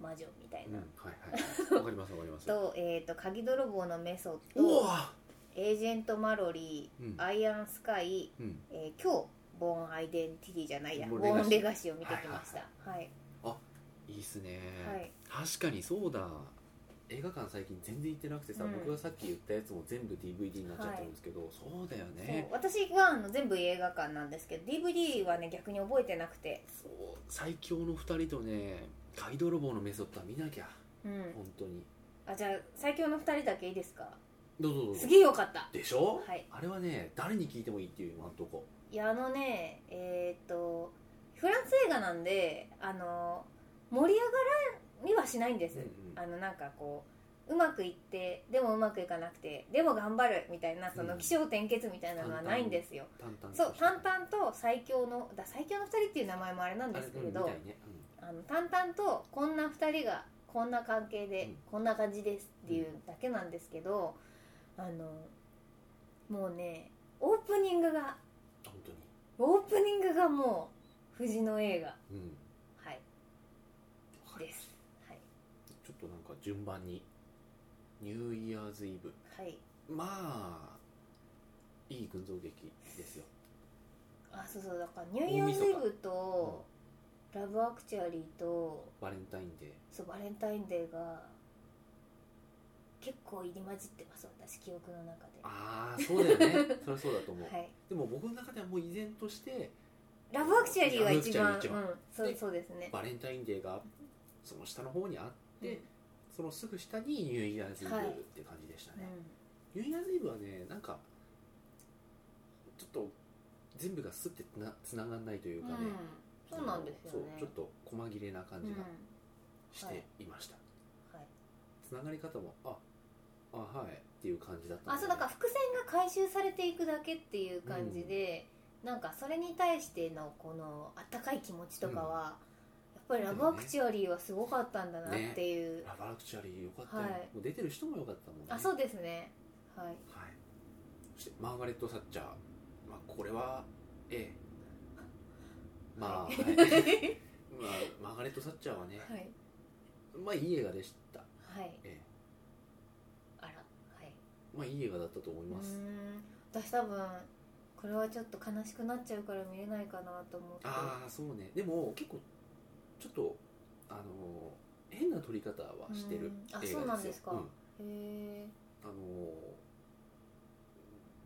Speaker 1: 魔女みたい
Speaker 2: うん
Speaker 1: な、
Speaker 2: はいはいわかりますわかります
Speaker 1: と,、えー、と鍵泥棒のメソッ
Speaker 2: お
Speaker 1: ド
Speaker 2: わ
Speaker 1: エージェント・マロリー、
Speaker 2: うん
Speaker 1: アイアン・スカイ、
Speaker 2: うん
Speaker 1: えー今日ボーン・アイデンティティじゃないや
Speaker 2: ボ
Speaker 1: ボ
Speaker 2: ーンレガシー
Speaker 1: ーン・レガシーを見てきましたはい
Speaker 2: いいっすね、
Speaker 1: はい
Speaker 2: 確かにそうだ映画館最近全然行ってなくてさ、
Speaker 1: うん
Speaker 2: 僕がさっき言ったやつも全部 DVD になっちゃってるんですけど、そうだよ
Speaker 1: そう
Speaker 2: ね
Speaker 1: 私はあの全部映画館なんですけど DVD はね逆に覚えてなくて
Speaker 2: そう最強の2人とね貝泥棒のメソッドは見なきゃ
Speaker 1: うん
Speaker 2: 本当に
Speaker 1: あじゃあ最強の2人だけいいですか
Speaker 2: どうぞどうぞ
Speaker 1: すげえよかった
Speaker 2: でしょ、
Speaker 1: はい
Speaker 2: あれはね誰に聞いてもいいっていう今んとこ
Speaker 1: いやあのねえーっとフランス映画なんであの盛り上がらにはしないんです、
Speaker 2: うんうん
Speaker 1: あのなんかこううまくいってでもうまくいかなくてでも頑張るみたいなその
Speaker 2: うん
Speaker 1: 起承転結みたいなのはないんですよ、
Speaker 2: 淡々と
Speaker 1: そう淡々と最強のだ最強の2人っていう名前もあれなん
Speaker 2: あ
Speaker 1: で
Speaker 2: れ
Speaker 1: す
Speaker 2: う
Speaker 1: け
Speaker 2: ん
Speaker 1: れ
Speaker 2: みた
Speaker 1: ど、
Speaker 2: いね、
Speaker 1: あの淡々とこんな2人がこんな関係で、
Speaker 2: うん
Speaker 1: こんな感じですっていうだけなんですけど、あのもうねオープニングが
Speaker 2: うん、本
Speaker 1: オープニングがもう藤の映画
Speaker 2: 当にうん
Speaker 1: はい
Speaker 2: わかり
Speaker 1: で
Speaker 2: ますす
Speaker 1: はい
Speaker 2: ちょっとなんか順番にニューイヤーズイブ
Speaker 1: はい
Speaker 2: まあいい群像劇ですよ
Speaker 1: あそうそうだからニューイヤーズイブと、ラブアクチュアリーと
Speaker 2: バレンタインデー
Speaker 1: そうバレンタインデーが結構入り混じってます私記憶の中で
Speaker 2: ああそうだよね そりゃそうだと思う、
Speaker 1: はい
Speaker 2: でも僕の中ではもう依然として
Speaker 1: ラブアクチュアリーが一番
Speaker 2: ラブアクチュアリー
Speaker 1: うんそう
Speaker 2: で
Speaker 1: そうですね
Speaker 2: バレンタインデーがその下の方にあって、そのすぐ下にニューイヤーズイブ
Speaker 1: はい
Speaker 2: って感じでした
Speaker 1: うん
Speaker 2: ね、ニューイヤーズイブはねなんかちょっと全部がスッてつなつながんないというかね、
Speaker 1: うんそうなんですよね
Speaker 2: そうちょっと細切れな感じがしていました、
Speaker 1: うんはい
Speaker 2: つながり方もああはいっていう感じだったの
Speaker 1: あ
Speaker 2: で
Speaker 1: そうだから伏線が回収されていくだけっていう感じで、なんかそれに対してのこのあったかい気持ちとかは、やっぱりラブアクチュアリーはすごかったんだなっていう、
Speaker 2: ラバラクチュアリーよかったよ、
Speaker 1: はい
Speaker 2: もう出てる人もよかったもんね
Speaker 1: あそうですねはい
Speaker 2: はい、そしてマーガレット・サッチャー、まあ、これはええまあ、はい まあ、マーガレット・サッチャーはね、
Speaker 1: はい
Speaker 2: まあいい映画でした
Speaker 1: はい
Speaker 2: え
Speaker 1: あらはい
Speaker 2: えまあいい映画だったと思いう
Speaker 1: ー
Speaker 2: ます、
Speaker 1: ん私多分これはちょっと悲しくなっちゃうから見れないかなと思って
Speaker 2: ああそうねでも結構ちょっとあのー変な撮り方はしてる
Speaker 1: うんあ
Speaker 2: 映画
Speaker 1: そうなんですか
Speaker 2: うん
Speaker 1: へえ
Speaker 2: あの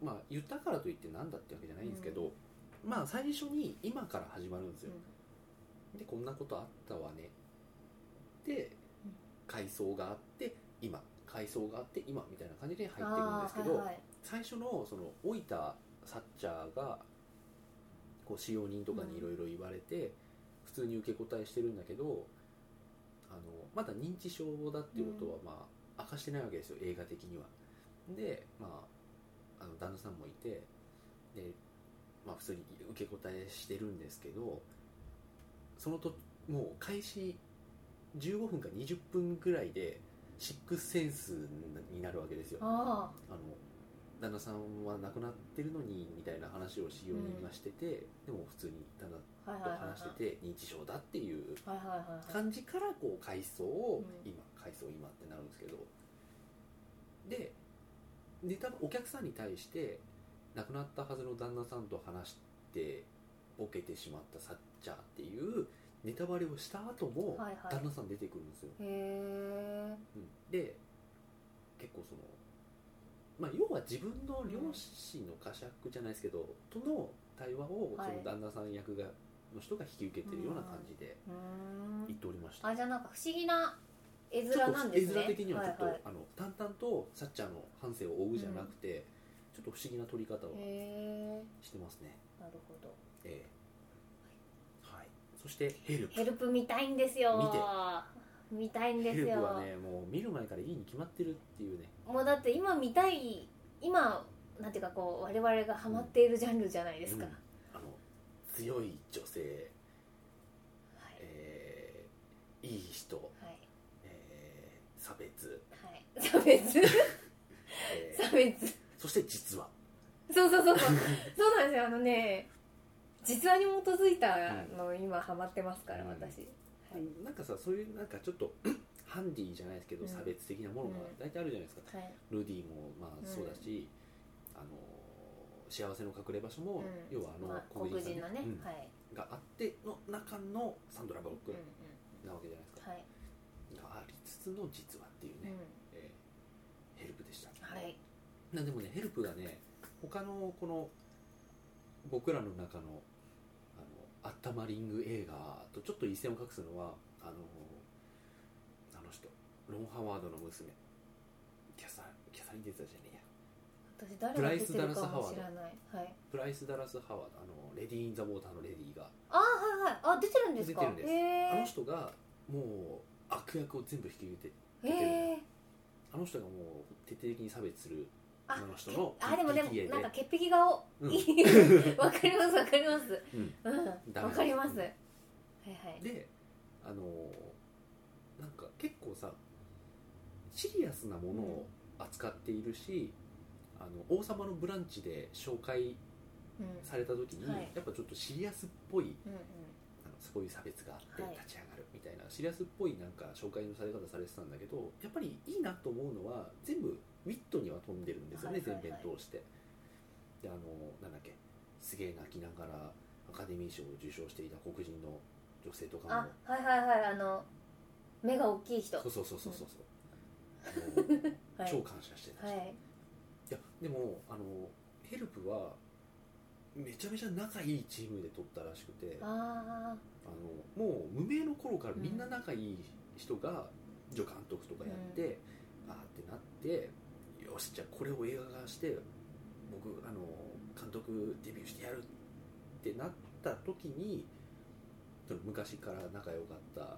Speaker 2: ーまあ言ったからといってなんだってわけじゃないんですけど、まあ最初に今から始まるんですよ、でこんなことあったわねで
Speaker 1: うん
Speaker 2: 階層があって今階層があって今みたいな感じで入っていくんで
Speaker 1: あ
Speaker 2: す
Speaker 1: あ
Speaker 2: け
Speaker 1: ー
Speaker 2: ど、
Speaker 1: はいはい
Speaker 2: 最初のその老いたサッチャーがこう使用人とかにいろいろ言われて、普通に受け答えしてるんだけどあのまだ認知症だっていうことは、まあ、明かしてないわけですよ映画的には。で、まあ、あの旦那さんもいてで、まあ、普通に受け答えしてるんですけどそのともう開始15分か20分ぐらいでシックスセンスになるわけですよ。
Speaker 1: あ
Speaker 2: あの旦那さんは亡くなってるのにみたいな話を使用人がしてて、でも普通に旦
Speaker 1: あ
Speaker 2: 那
Speaker 1: はいはいは
Speaker 2: と
Speaker 1: いはい
Speaker 2: 話してて認知症だっていう
Speaker 1: はいはいはいはい
Speaker 2: 感じからこう回想を
Speaker 1: うん
Speaker 2: 今回想今ってなるんですけどでネタお客さんに対して亡くなったはずの旦那さんと話してボケてしまったサッチャーっていうネタバレをした後も
Speaker 1: はいはい
Speaker 2: 旦那さん出てくるんですよ。
Speaker 1: へえ
Speaker 2: うんで結構その、まあ、要は自分の両親の呵責じゃないですけど、との対話をそ
Speaker 1: はい
Speaker 2: の旦那さん役が、の人が引き受けてるような感じで
Speaker 1: うーん
Speaker 2: 言っておりました、
Speaker 1: あじゃあなんか不思議な絵
Speaker 2: ちょ
Speaker 1: 面
Speaker 2: っ
Speaker 1: なん
Speaker 2: と
Speaker 1: で
Speaker 2: 絵
Speaker 1: すね
Speaker 2: 面的にはちょっと、
Speaker 1: はいはい、
Speaker 2: あの淡々とサッチャーの反省を追うじゃなくて、ちょっと不思議な撮り方を
Speaker 1: へ
Speaker 2: してますね、
Speaker 1: えなるほど
Speaker 2: ええはい、そしてヘルプ
Speaker 1: ヘルプ見たいんですよ
Speaker 2: 見て
Speaker 1: 見たいんです
Speaker 2: ヘルプ
Speaker 1: よ、
Speaker 2: はねもう見る前からいいに決まってるっていうね
Speaker 1: もうだって今見たい今なんていうかこう我々がハマっているジャンルじゃないですか、
Speaker 2: うんあの強い女性
Speaker 1: はい
Speaker 2: えーいい人、
Speaker 1: はい
Speaker 2: えー差別、
Speaker 1: はい差別
Speaker 2: えー
Speaker 1: 差別
Speaker 2: そして実は、
Speaker 1: そうそうそうそうそうなんですよあのね実話に基づいたの今ハマってますから、
Speaker 2: うん
Speaker 1: 私、は
Speaker 2: うんなんかさそういうなんかちょっと ハンディじゃないですけ
Speaker 1: う
Speaker 2: ど
Speaker 1: ん
Speaker 2: 差別的なものが
Speaker 1: うん
Speaker 2: 大体あるじゃないですか、
Speaker 1: はい
Speaker 2: ルディもまあそうだし、あの幸せの隠れ場所も、
Speaker 1: うん
Speaker 2: 要はあの、
Speaker 1: まあ、黒人
Speaker 2: さんね
Speaker 1: のね、
Speaker 2: うん
Speaker 1: はい、
Speaker 2: があっての中のサンドラ・ブロッ
Speaker 1: う
Speaker 2: ク
Speaker 1: んうん、
Speaker 2: なわけじゃないですか、
Speaker 1: はい、
Speaker 2: がありつつの実はっていう
Speaker 1: う
Speaker 2: ね、
Speaker 1: ん、
Speaker 2: えーヘルプでした、
Speaker 1: はい、
Speaker 2: なでもねヘルプがね他のこの僕らの中のあのアッタマリング映画とちょっと一線を画すのはあのあの人ロン・ハワードの娘キャサキャサリン・データじゃねえや
Speaker 1: 私誰が出てるかも知
Speaker 2: ブライスダラスハワード
Speaker 1: らない、はい、
Speaker 2: プライス・ダラス・ハワードあのレディー・イン・ザ・ウォーターのレディーが
Speaker 1: あーはいはいあ出てるんですか
Speaker 2: 出てるんです
Speaker 1: へ
Speaker 2: あの
Speaker 1: え
Speaker 2: 人がもう悪役を全部引き受けて
Speaker 1: へえ
Speaker 2: あの人がもう徹底的に差別する
Speaker 1: あ
Speaker 2: あの人の
Speaker 1: けあでもでも
Speaker 2: 潔いね
Speaker 1: なんか潔癖顔、
Speaker 2: うん
Speaker 1: いい わかりますわかります
Speaker 2: うん
Speaker 1: うん
Speaker 2: ダメです
Speaker 1: わかります、
Speaker 2: うん
Speaker 1: はいはい
Speaker 2: であのーなんか結構さシリアスなものを扱っているし、あの王様のブランチで紹介
Speaker 1: うん
Speaker 2: された時に、
Speaker 1: はい
Speaker 2: やっぱちょっとシリアスっぽい
Speaker 1: うんうん
Speaker 2: あのそういう差別があって
Speaker 1: はい
Speaker 2: 立ち上がるみたいな、シリアスっぽいなんか紹介のされ方されてたんだけどやっぱりいいなと思うのは全部ウィットには飛んでるんですよ
Speaker 1: は
Speaker 2: ね、
Speaker 1: いはいはい
Speaker 2: 全編通してであのなんだっけすげえ泣きながらアカデミー賞を受賞していた黒人の女性とか
Speaker 1: あ
Speaker 2: も
Speaker 1: はいはいはいあの目が大きい人
Speaker 2: そうそうそうそうそうそう、あ
Speaker 1: はい
Speaker 2: の超感謝してた
Speaker 1: は
Speaker 2: し、い、
Speaker 1: い
Speaker 2: やでもあのヘルプはめちゃめちゃ仲いいチームで取ったらしくてあ
Speaker 1: あ
Speaker 2: のもう無名の頃からみんな仲いい人が助監督とかやって、ああってなってよしじゃあこれを映画化して僕あの監督デビューしてやるってなった時にその昔から仲良かった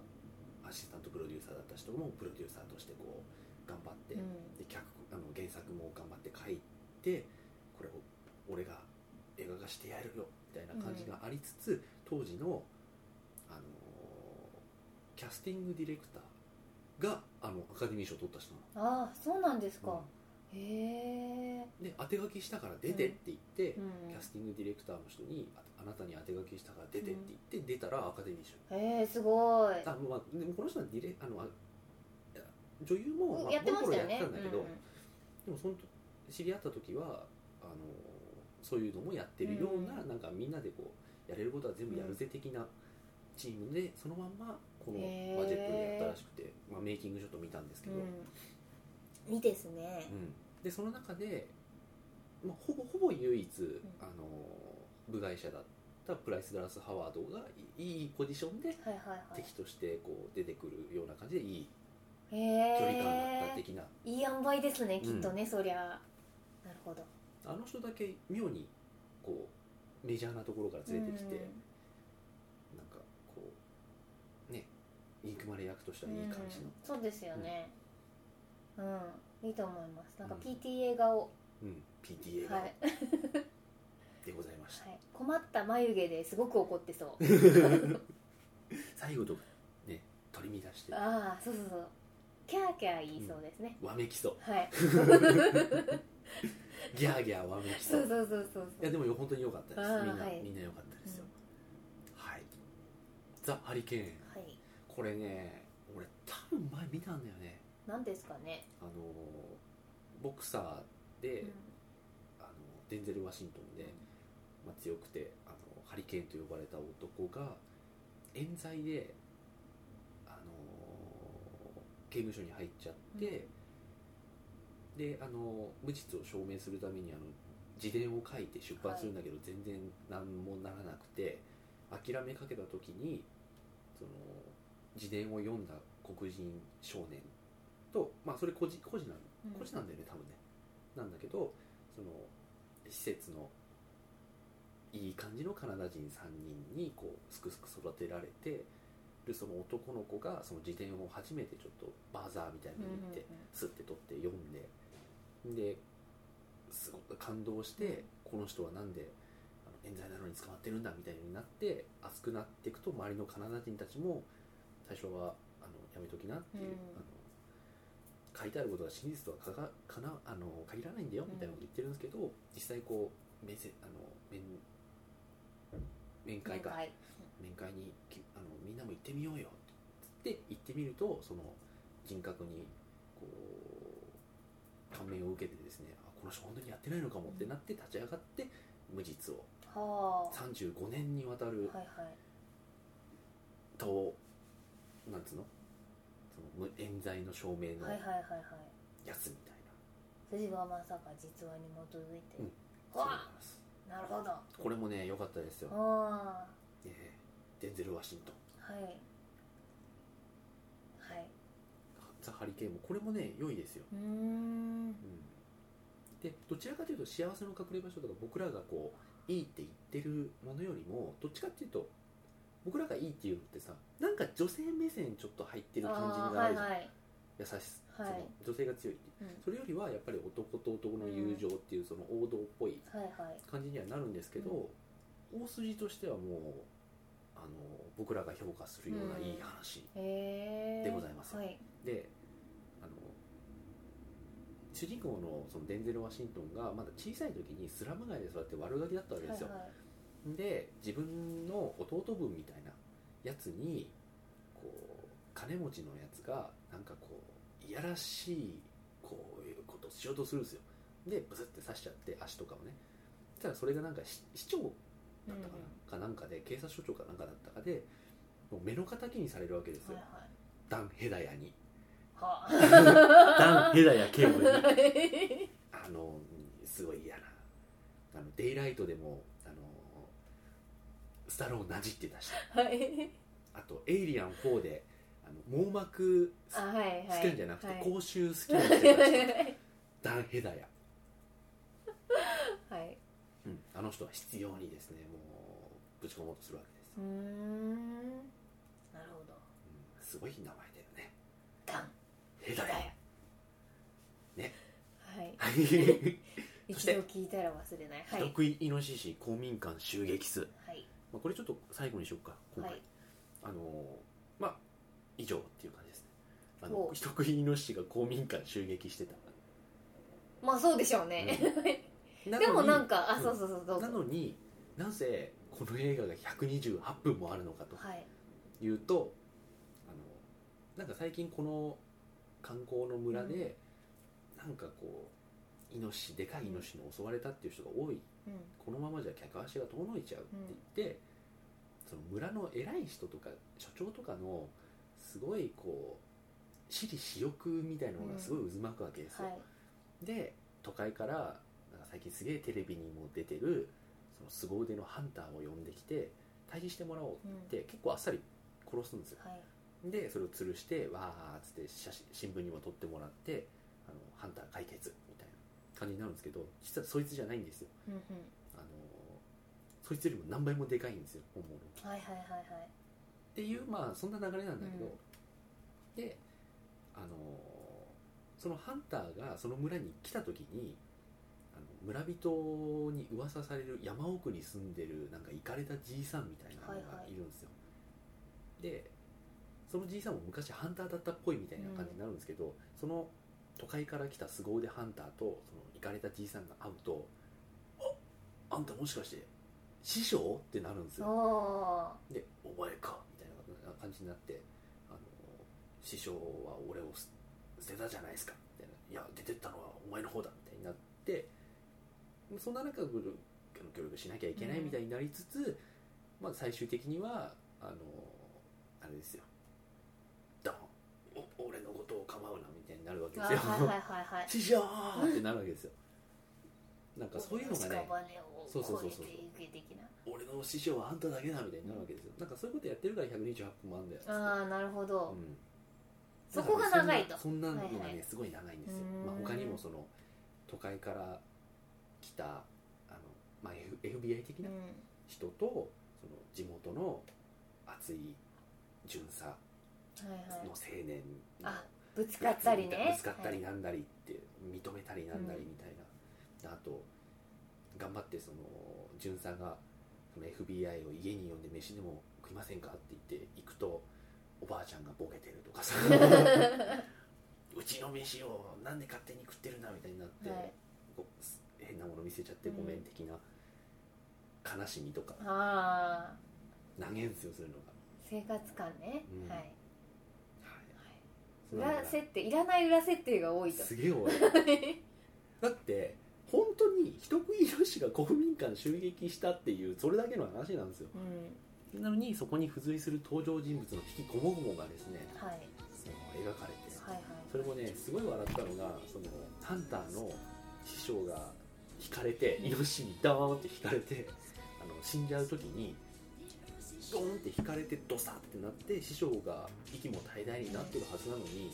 Speaker 2: アシスタントプロデューサーだった人もプロデューサーとしてこう頑張って
Speaker 1: ーうん
Speaker 2: で脚あの原作も頑張って書いてこれを俺が映画化してやるよみたいな感じがありつつ、当時の、あのーキャスティングディレクターがあのアカデミー賞を取った人
Speaker 1: あ
Speaker 2: な
Speaker 1: あそうなんですか
Speaker 2: の、、
Speaker 1: へえ
Speaker 2: で当て書きしたから出てって言って、
Speaker 1: うん
Speaker 2: キャスティングディレクターの人にああなたに当て書きしたから出てって言って出たらアカデミー賞、
Speaker 1: へえすごい
Speaker 2: あまあ、でもこの人はディレあのあ女優も、
Speaker 1: やってましたよね
Speaker 2: もうこの頃やってたんだけど、
Speaker 1: うんうん
Speaker 2: でもその時知り合った時はあのそういうのもやってるような,、なんかみんなでこうやれることは全部やるぜ的なチームで、そのまんまこの
Speaker 1: へー
Speaker 2: バジェットでやったらしくて、まあ、メイキングショット見たんですけど、
Speaker 1: うん、いいですね、
Speaker 2: うんでその中で、まあ、ほぼほぼ唯一、あの部外者だったプライス・ダラス・ハワードがいいいポジションで
Speaker 1: はいはいはい
Speaker 2: 敵としてこう出てくるような感じでいい
Speaker 1: へ
Speaker 2: 距
Speaker 1: え
Speaker 2: 離感だった的な、
Speaker 1: いい塩梅ですねきっとね、そりゃなるほど
Speaker 2: あの人だけ妙にこうメジャーなところから連れてきて、なんかこうねインクマレ役として
Speaker 1: う
Speaker 2: は
Speaker 1: ん
Speaker 2: いい感じの、
Speaker 1: うんそうですよねうん、いいと思いますなんか
Speaker 2: うん
Speaker 1: PTA 顔、
Speaker 2: うん PTA
Speaker 1: はい、はい、
Speaker 2: でございました、
Speaker 1: 困った眉毛ですごく怒って そう
Speaker 2: 最後とかね取り乱して
Speaker 1: ああそうそうそうキャーキャー言いそうですね、
Speaker 2: わめきそう
Speaker 1: はい
Speaker 2: ギャーギャーわめきそ
Speaker 1: そううそうそうそう
Speaker 2: いやでもよ本当に良かったです
Speaker 1: あー
Speaker 2: みんな、
Speaker 1: はい
Speaker 2: みんな良かったですよ、はいザ・ハリケーン
Speaker 1: はい
Speaker 2: これね俺多分前見たんだよね
Speaker 1: 何ですかね、
Speaker 2: あのーボクサーで、あのデンゼル・ワシントンで、まあ、強くてあのハリケーンと呼ばれた男が冤罪で、あの刑務所に入っちゃって、で、あの無実を証明するためにあの自伝を書いて出版するんだけど、全然何もならなくて諦めかけた時にその自伝を読んだ黒人少年と、まあ、それ孤児孤児なん
Speaker 1: うん
Speaker 2: こっちなんだよね多分ねなんだけどその施設のいい感じのカナダ人3人にこうすくすく育てられてるその男の子がその自伝を初めてちょっとバザーみたいなのに行って
Speaker 1: うんうんうん
Speaker 2: スッて取って読んでですごく感動してこの人はなんであの冤罪なのに捕まってるんだみたいになって熱くなっていくと周りのカナダ人たちも最初はあのやめときなってい
Speaker 1: うん
Speaker 2: う、あの書いてあることは真実とはかがかなあの限らないんだよみたいなこと言ってるんですけど、実際こう面接あの面面会か
Speaker 1: はい
Speaker 2: 面会にきあのみんなも行ってみようよで行ってみるとその人格にこう感銘を受けてですねあこの人本当にやってないのかもってなって立ち上がって無実を
Speaker 1: は
Speaker 2: 35年にわたる
Speaker 1: あはいはい
Speaker 2: となんつうのその無冤罪の証明の
Speaker 1: はいはいはいはい
Speaker 2: やつみたいな、
Speaker 1: 筋はまさか実話に基づいて、
Speaker 2: うん
Speaker 1: うわ
Speaker 2: そうなんです
Speaker 1: なるほどあ
Speaker 2: これもね良かったですよ、
Speaker 1: あ
Speaker 2: ええデンゼル・ワシントン
Speaker 1: ーはいはい
Speaker 2: ザ・ハリケーンもこれもね良いですよ
Speaker 1: うーん
Speaker 2: うんでどちらかというと幸せの隠れ場所とか僕らがこういいって言ってるものよりもどっちかっていうと僕らがいいっていうのってさなんか女性目線ちょっと入ってる感じ
Speaker 1: あー
Speaker 2: があ
Speaker 1: は
Speaker 2: る
Speaker 1: い
Speaker 2: じゃん、
Speaker 1: はい
Speaker 2: 優しさ、
Speaker 1: はい
Speaker 2: その女性が強いって
Speaker 1: うん
Speaker 2: それよりはやっぱり男と男の友情っていうその王道っぽい
Speaker 1: はいはい
Speaker 2: 感じにはなるんですけど、大筋としてはもうあの僕らが評価するようないい話、
Speaker 1: へえ
Speaker 2: でございます
Speaker 1: はい
Speaker 2: であの主人公のそのデンゼル・ワシントンがまだ小さい時にスラム街で育って悪ガキだったわ
Speaker 1: は
Speaker 2: け
Speaker 1: いはい
Speaker 2: ですよ、で自分の弟分みたいなやつにこう金持ちのやつがなんかこういやらしいこういうことをしようとするんですよでブスって刺しちゃって足とかをねそしたらそれがなんか市市長だったかな、かなんかで警察署長かなんかだったかでもう目の敵にされるわけですよ、
Speaker 1: はい
Speaker 2: ダン・ヘダヤに
Speaker 1: は
Speaker 2: ダン・ヘダヤ警部に
Speaker 1: いはい
Speaker 2: あのうんすごい嫌なあのデイライトでもあのスタローンなじってたし
Speaker 1: はい
Speaker 2: あと「エイリアン4」であの網膜
Speaker 1: あ
Speaker 2: 好
Speaker 1: はいはい
Speaker 2: きんじゃなく
Speaker 1: は
Speaker 2: て
Speaker 1: い
Speaker 2: 口臭好きにしてたしダン・ヘダヤ、
Speaker 1: はい
Speaker 2: うん、あの人は必要にですねもうぶち込もうとするわけです、
Speaker 1: うーんなるほど
Speaker 2: うんすごい名前だよね
Speaker 1: ガン
Speaker 2: ヘダヤ
Speaker 1: はい
Speaker 2: はい人
Speaker 1: 一
Speaker 2: そして
Speaker 1: 度聞いたら忘れない はい
Speaker 2: 食いイノシシ公民館襲撃数、
Speaker 1: はい
Speaker 2: まあ、これちょっと最後にしようか今
Speaker 1: は
Speaker 2: 回、
Speaker 1: い
Speaker 2: あのーまあ以上っていう感じですねあの
Speaker 1: お
Speaker 2: 人食いイノシシが公民館襲撃してた、
Speaker 1: まあそうでしょうね、でもなんかあそうそうそうどう
Speaker 2: な
Speaker 1: ぞ
Speaker 2: のになぜこの映画が128分もあるのかと
Speaker 1: はい
Speaker 2: いうとあのなんか最近この観光の村で、なんかこうイノシシでかいイノシシに襲われたっていう人が多い
Speaker 1: うん
Speaker 2: このままじゃ客足が遠のいちゃうって言って、その村の偉い人とか所長とかのすごいこう私利私欲みたいなのがすごい渦巻くわけですよ、
Speaker 1: はい
Speaker 2: で都会からなんか最近すげえテレビにも出てるその凄腕のハンターを呼んできて退治してもらお
Speaker 1: う
Speaker 2: う
Speaker 1: ん
Speaker 2: って結構あっさり殺すんですよ
Speaker 1: はい
Speaker 2: でそれを吊るしてわーっつって写真新聞にも撮ってもらってあのハンター解決みたいな感じになるんですけど実はそいつじゃないんですよ
Speaker 1: うんうん
Speaker 2: あのそいつよりも何倍もでかいんですよ本物っ
Speaker 1: はいはいはいはい
Speaker 2: ていうまあそんな流れなんだけど、であのそのハンターがその村に来た時にあの村人に噂される山奥に住んでるなんかイカれたじいさんみたいなの
Speaker 1: はい
Speaker 2: が
Speaker 1: はい
Speaker 2: いるんですよ、でそのじいさんも昔ハンターだったっぽいみたいな感じになるんですけど、その都会から来た凄腕ハンターとそのイカれたじいさんが会うと「ああんたもしかして師匠?」ってなるんですよ
Speaker 1: お
Speaker 2: で「お前か」みたいな感じになって「あの師匠は俺をす捨てたじゃないですか」みたいな「いや出てったのはお前の方だ」みたいになってそんな中グルあの協力しなきゃいけないみたいになりつつ、まあ、最終的にはあのあれですよ「ドンお俺のことを構うな」みたいになるわけ
Speaker 1: ー
Speaker 2: で
Speaker 1: あ
Speaker 2: す
Speaker 1: はい
Speaker 2: よ
Speaker 1: はいはいはい
Speaker 2: 「師匠!」ってなるわけですよなんかそういうのがね
Speaker 1: 屍を
Speaker 2: そうそうそう
Speaker 1: 越
Speaker 2: そう
Speaker 1: えていく的な
Speaker 2: 俺の師匠はあんただけだみたいになるわけですよなんかそういうことやってるから128分もあんだよ
Speaker 1: ああなるほど、
Speaker 2: うん
Speaker 1: そこが長いと
Speaker 2: そんなそんなのがね、
Speaker 1: はいはい
Speaker 2: すごい長いんですよ
Speaker 1: うーん、
Speaker 2: まあ、他にもその都会から来たあの、まあ、F- FBI 的
Speaker 1: うん
Speaker 2: な人と、その地元の熱い巡査の
Speaker 1: はいはい
Speaker 2: 青年の
Speaker 1: あぶつかったりね
Speaker 2: ぶつかった
Speaker 1: は
Speaker 2: り
Speaker 1: い
Speaker 2: なんだりって認めたりなんだりみたいな、あと頑張ってその巡査がその FBI を家に呼んで飯でも食いませんかって言って行くとおばあちゃんがボケてると かさうちの飯をなんで勝手に食ってるなみたいにな って、
Speaker 1: はい
Speaker 2: こうす変なもの見せちゃってごめん的な悲しみとか
Speaker 1: ああ
Speaker 2: 投げんすよそういうのが
Speaker 1: 生活感ね、
Speaker 2: うん
Speaker 1: はい裏設定いらない裏設定が多いと
Speaker 2: すげえ多いだって本当に人食い女子が国民間襲撃したっていうそれだけの話なんですよ
Speaker 1: うん
Speaker 2: なのにそこに付随する登場人物の引きこもごもがですね
Speaker 1: はいはい
Speaker 2: その描かれて
Speaker 1: はい
Speaker 2: それもねすごい笑ったのがそのハンターの師匠が引かれてイノシシにダーンって引かれてあの死んじゃう時にドーンって引かれてドサってなって師匠が息も怠大になってるはずなのに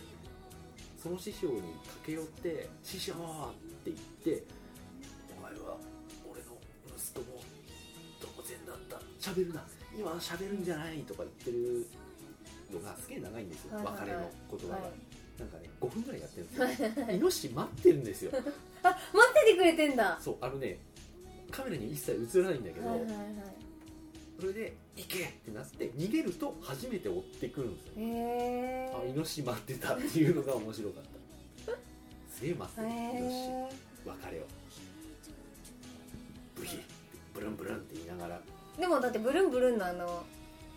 Speaker 2: その師匠に駆け寄って「師匠!」って言って「お前は俺の息子も当然だった喋るな今は喋るんじゃない!」とか言ってるのがすげえ長いんですよ
Speaker 1: はいはいはい
Speaker 2: 別れの言葉が。
Speaker 1: はい
Speaker 2: なんかね、5分ぐらいやってるんですよ。イノシシ待ってるんですよ。
Speaker 1: あ待っててくれてんだ
Speaker 2: そう、あのね、カメラに一切映らないんだけど、
Speaker 1: はいはいはい
Speaker 2: それで、行けってなって、逃げると初めて追ってくるんですよ。
Speaker 1: へえ
Speaker 2: あ、イノシシ待ってたっていうのが面白 かった。すげえ待ってる、イノシシ。
Speaker 1: へ
Speaker 2: 別れを。ブヒ、ブルンブルンって言いながら、
Speaker 1: えでもだってブルンブルンのあの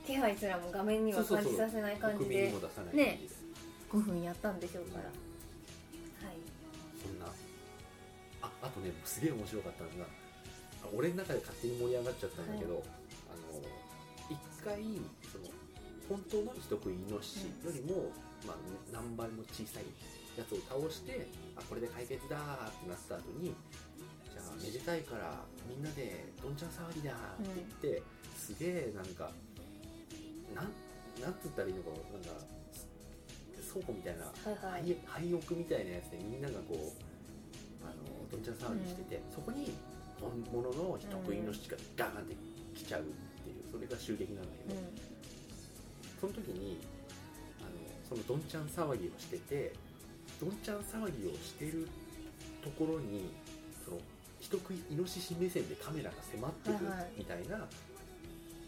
Speaker 1: 気配すらも画面には
Speaker 2: そう
Speaker 1: 感
Speaker 2: そうそう
Speaker 1: じさせない感じ
Speaker 2: 国民に
Speaker 1: で
Speaker 2: も出さない
Speaker 1: ね
Speaker 2: 感じで。
Speaker 1: 5分やったんでしょうから
Speaker 2: うん
Speaker 1: はい
Speaker 2: そんなああとねすげえ面白かったのがあ俺の中で勝手に盛り上がっちゃったんだけど、あの一回その本当の人食いイノシシよりも、まあ、何倍も小さいやつを倒してあこれで解決だーってなった後にじゃあめでたいからみんなでどんちゃん騒ぎだーって言って、すげえなんかなんなんつったらいいのかなんか倉庫みたいな
Speaker 1: はいはい
Speaker 2: 廃廃屋みたいなやつでみんながこうあのどんちゃん騒ぎしてて、そこに本物の人食いのシがガーンって来ちゃうっていうそれが襲撃なんだけ
Speaker 1: う
Speaker 2: ど、
Speaker 1: ん
Speaker 2: その時にあのそのどんちゃん騒ぎをしててどんちゃん騒ぎをしてるところにその人食いイノシシ目線でカメラが迫ってくる
Speaker 1: はいはい
Speaker 2: みたいな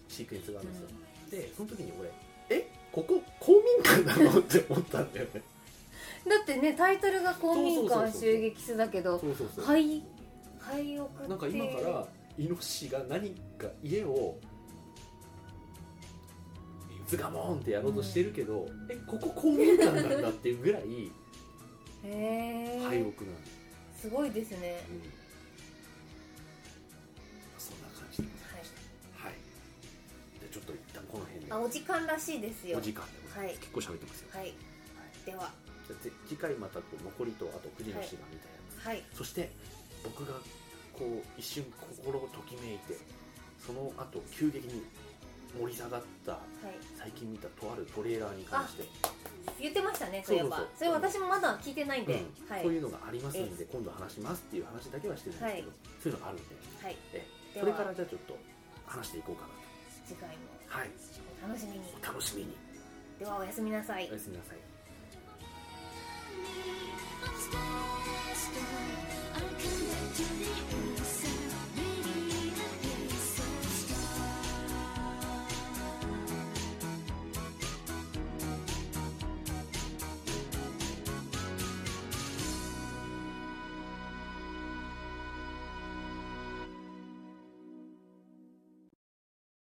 Speaker 2: シークエンスがあるんですよ、
Speaker 1: うん
Speaker 2: でその時に俺えここ公民館なのって思ったんだよね
Speaker 1: だってねタイトルが公民
Speaker 2: そうそう
Speaker 1: 館
Speaker 2: そうそう
Speaker 1: 襲撃すだけど
Speaker 2: そうそうそう
Speaker 1: 廃廃屋って
Speaker 2: なんか今からイノシシが何か家をズガモンってやろうとしてるけど、えここ公民館なんだっていうぐらい
Speaker 1: へ
Speaker 2: 廃屋なん
Speaker 1: え
Speaker 2: です、
Speaker 1: すごいですね
Speaker 2: うんそんな感じでございましたはいじゃあちょっと一旦この辺
Speaker 1: あ
Speaker 2: で
Speaker 1: お時間らしいですよ
Speaker 2: お時間でございます、
Speaker 1: はい
Speaker 2: 結構喋ってますよ、
Speaker 1: はい
Speaker 2: はい
Speaker 1: では
Speaker 2: じゃあぜ次回またこう残りとあと9時の芝みたいな
Speaker 1: はい
Speaker 2: そして僕がこう一瞬心をときめいてその後急激に盛り下がった
Speaker 1: はい
Speaker 2: 最近見たとあるトレーラーに関して、
Speaker 1: 言ってましたねそういえば
Speaker 2: そう
Speaker 1: そ
Speaker 2: そうそう
Speaker 1: れ私もまだ聞いてないんで、
Speaker 2: うん
Speaker 1: はい
Speaker 2: そう
Speaker 1: はい
Speaker 2: いうのがありますんで今度話しますっていう話だけはしてるんですけど、
Speaker 1: は
Speaker 2: そういうのがあるんでえ
Speaker 1: で
Speaker 2: それから
Speaker 1: は
Speaker 2: じゃあちょっと話していこうかな
Speaker 1: 次回も
Speaker 2: とはい
Speaker 1: お楽しみに
Speaker 2: お楽しみに
Speaker 1: ではおやすみなさい
Speaker 2: おやすみなさい
Speaker 3: 「君の胸に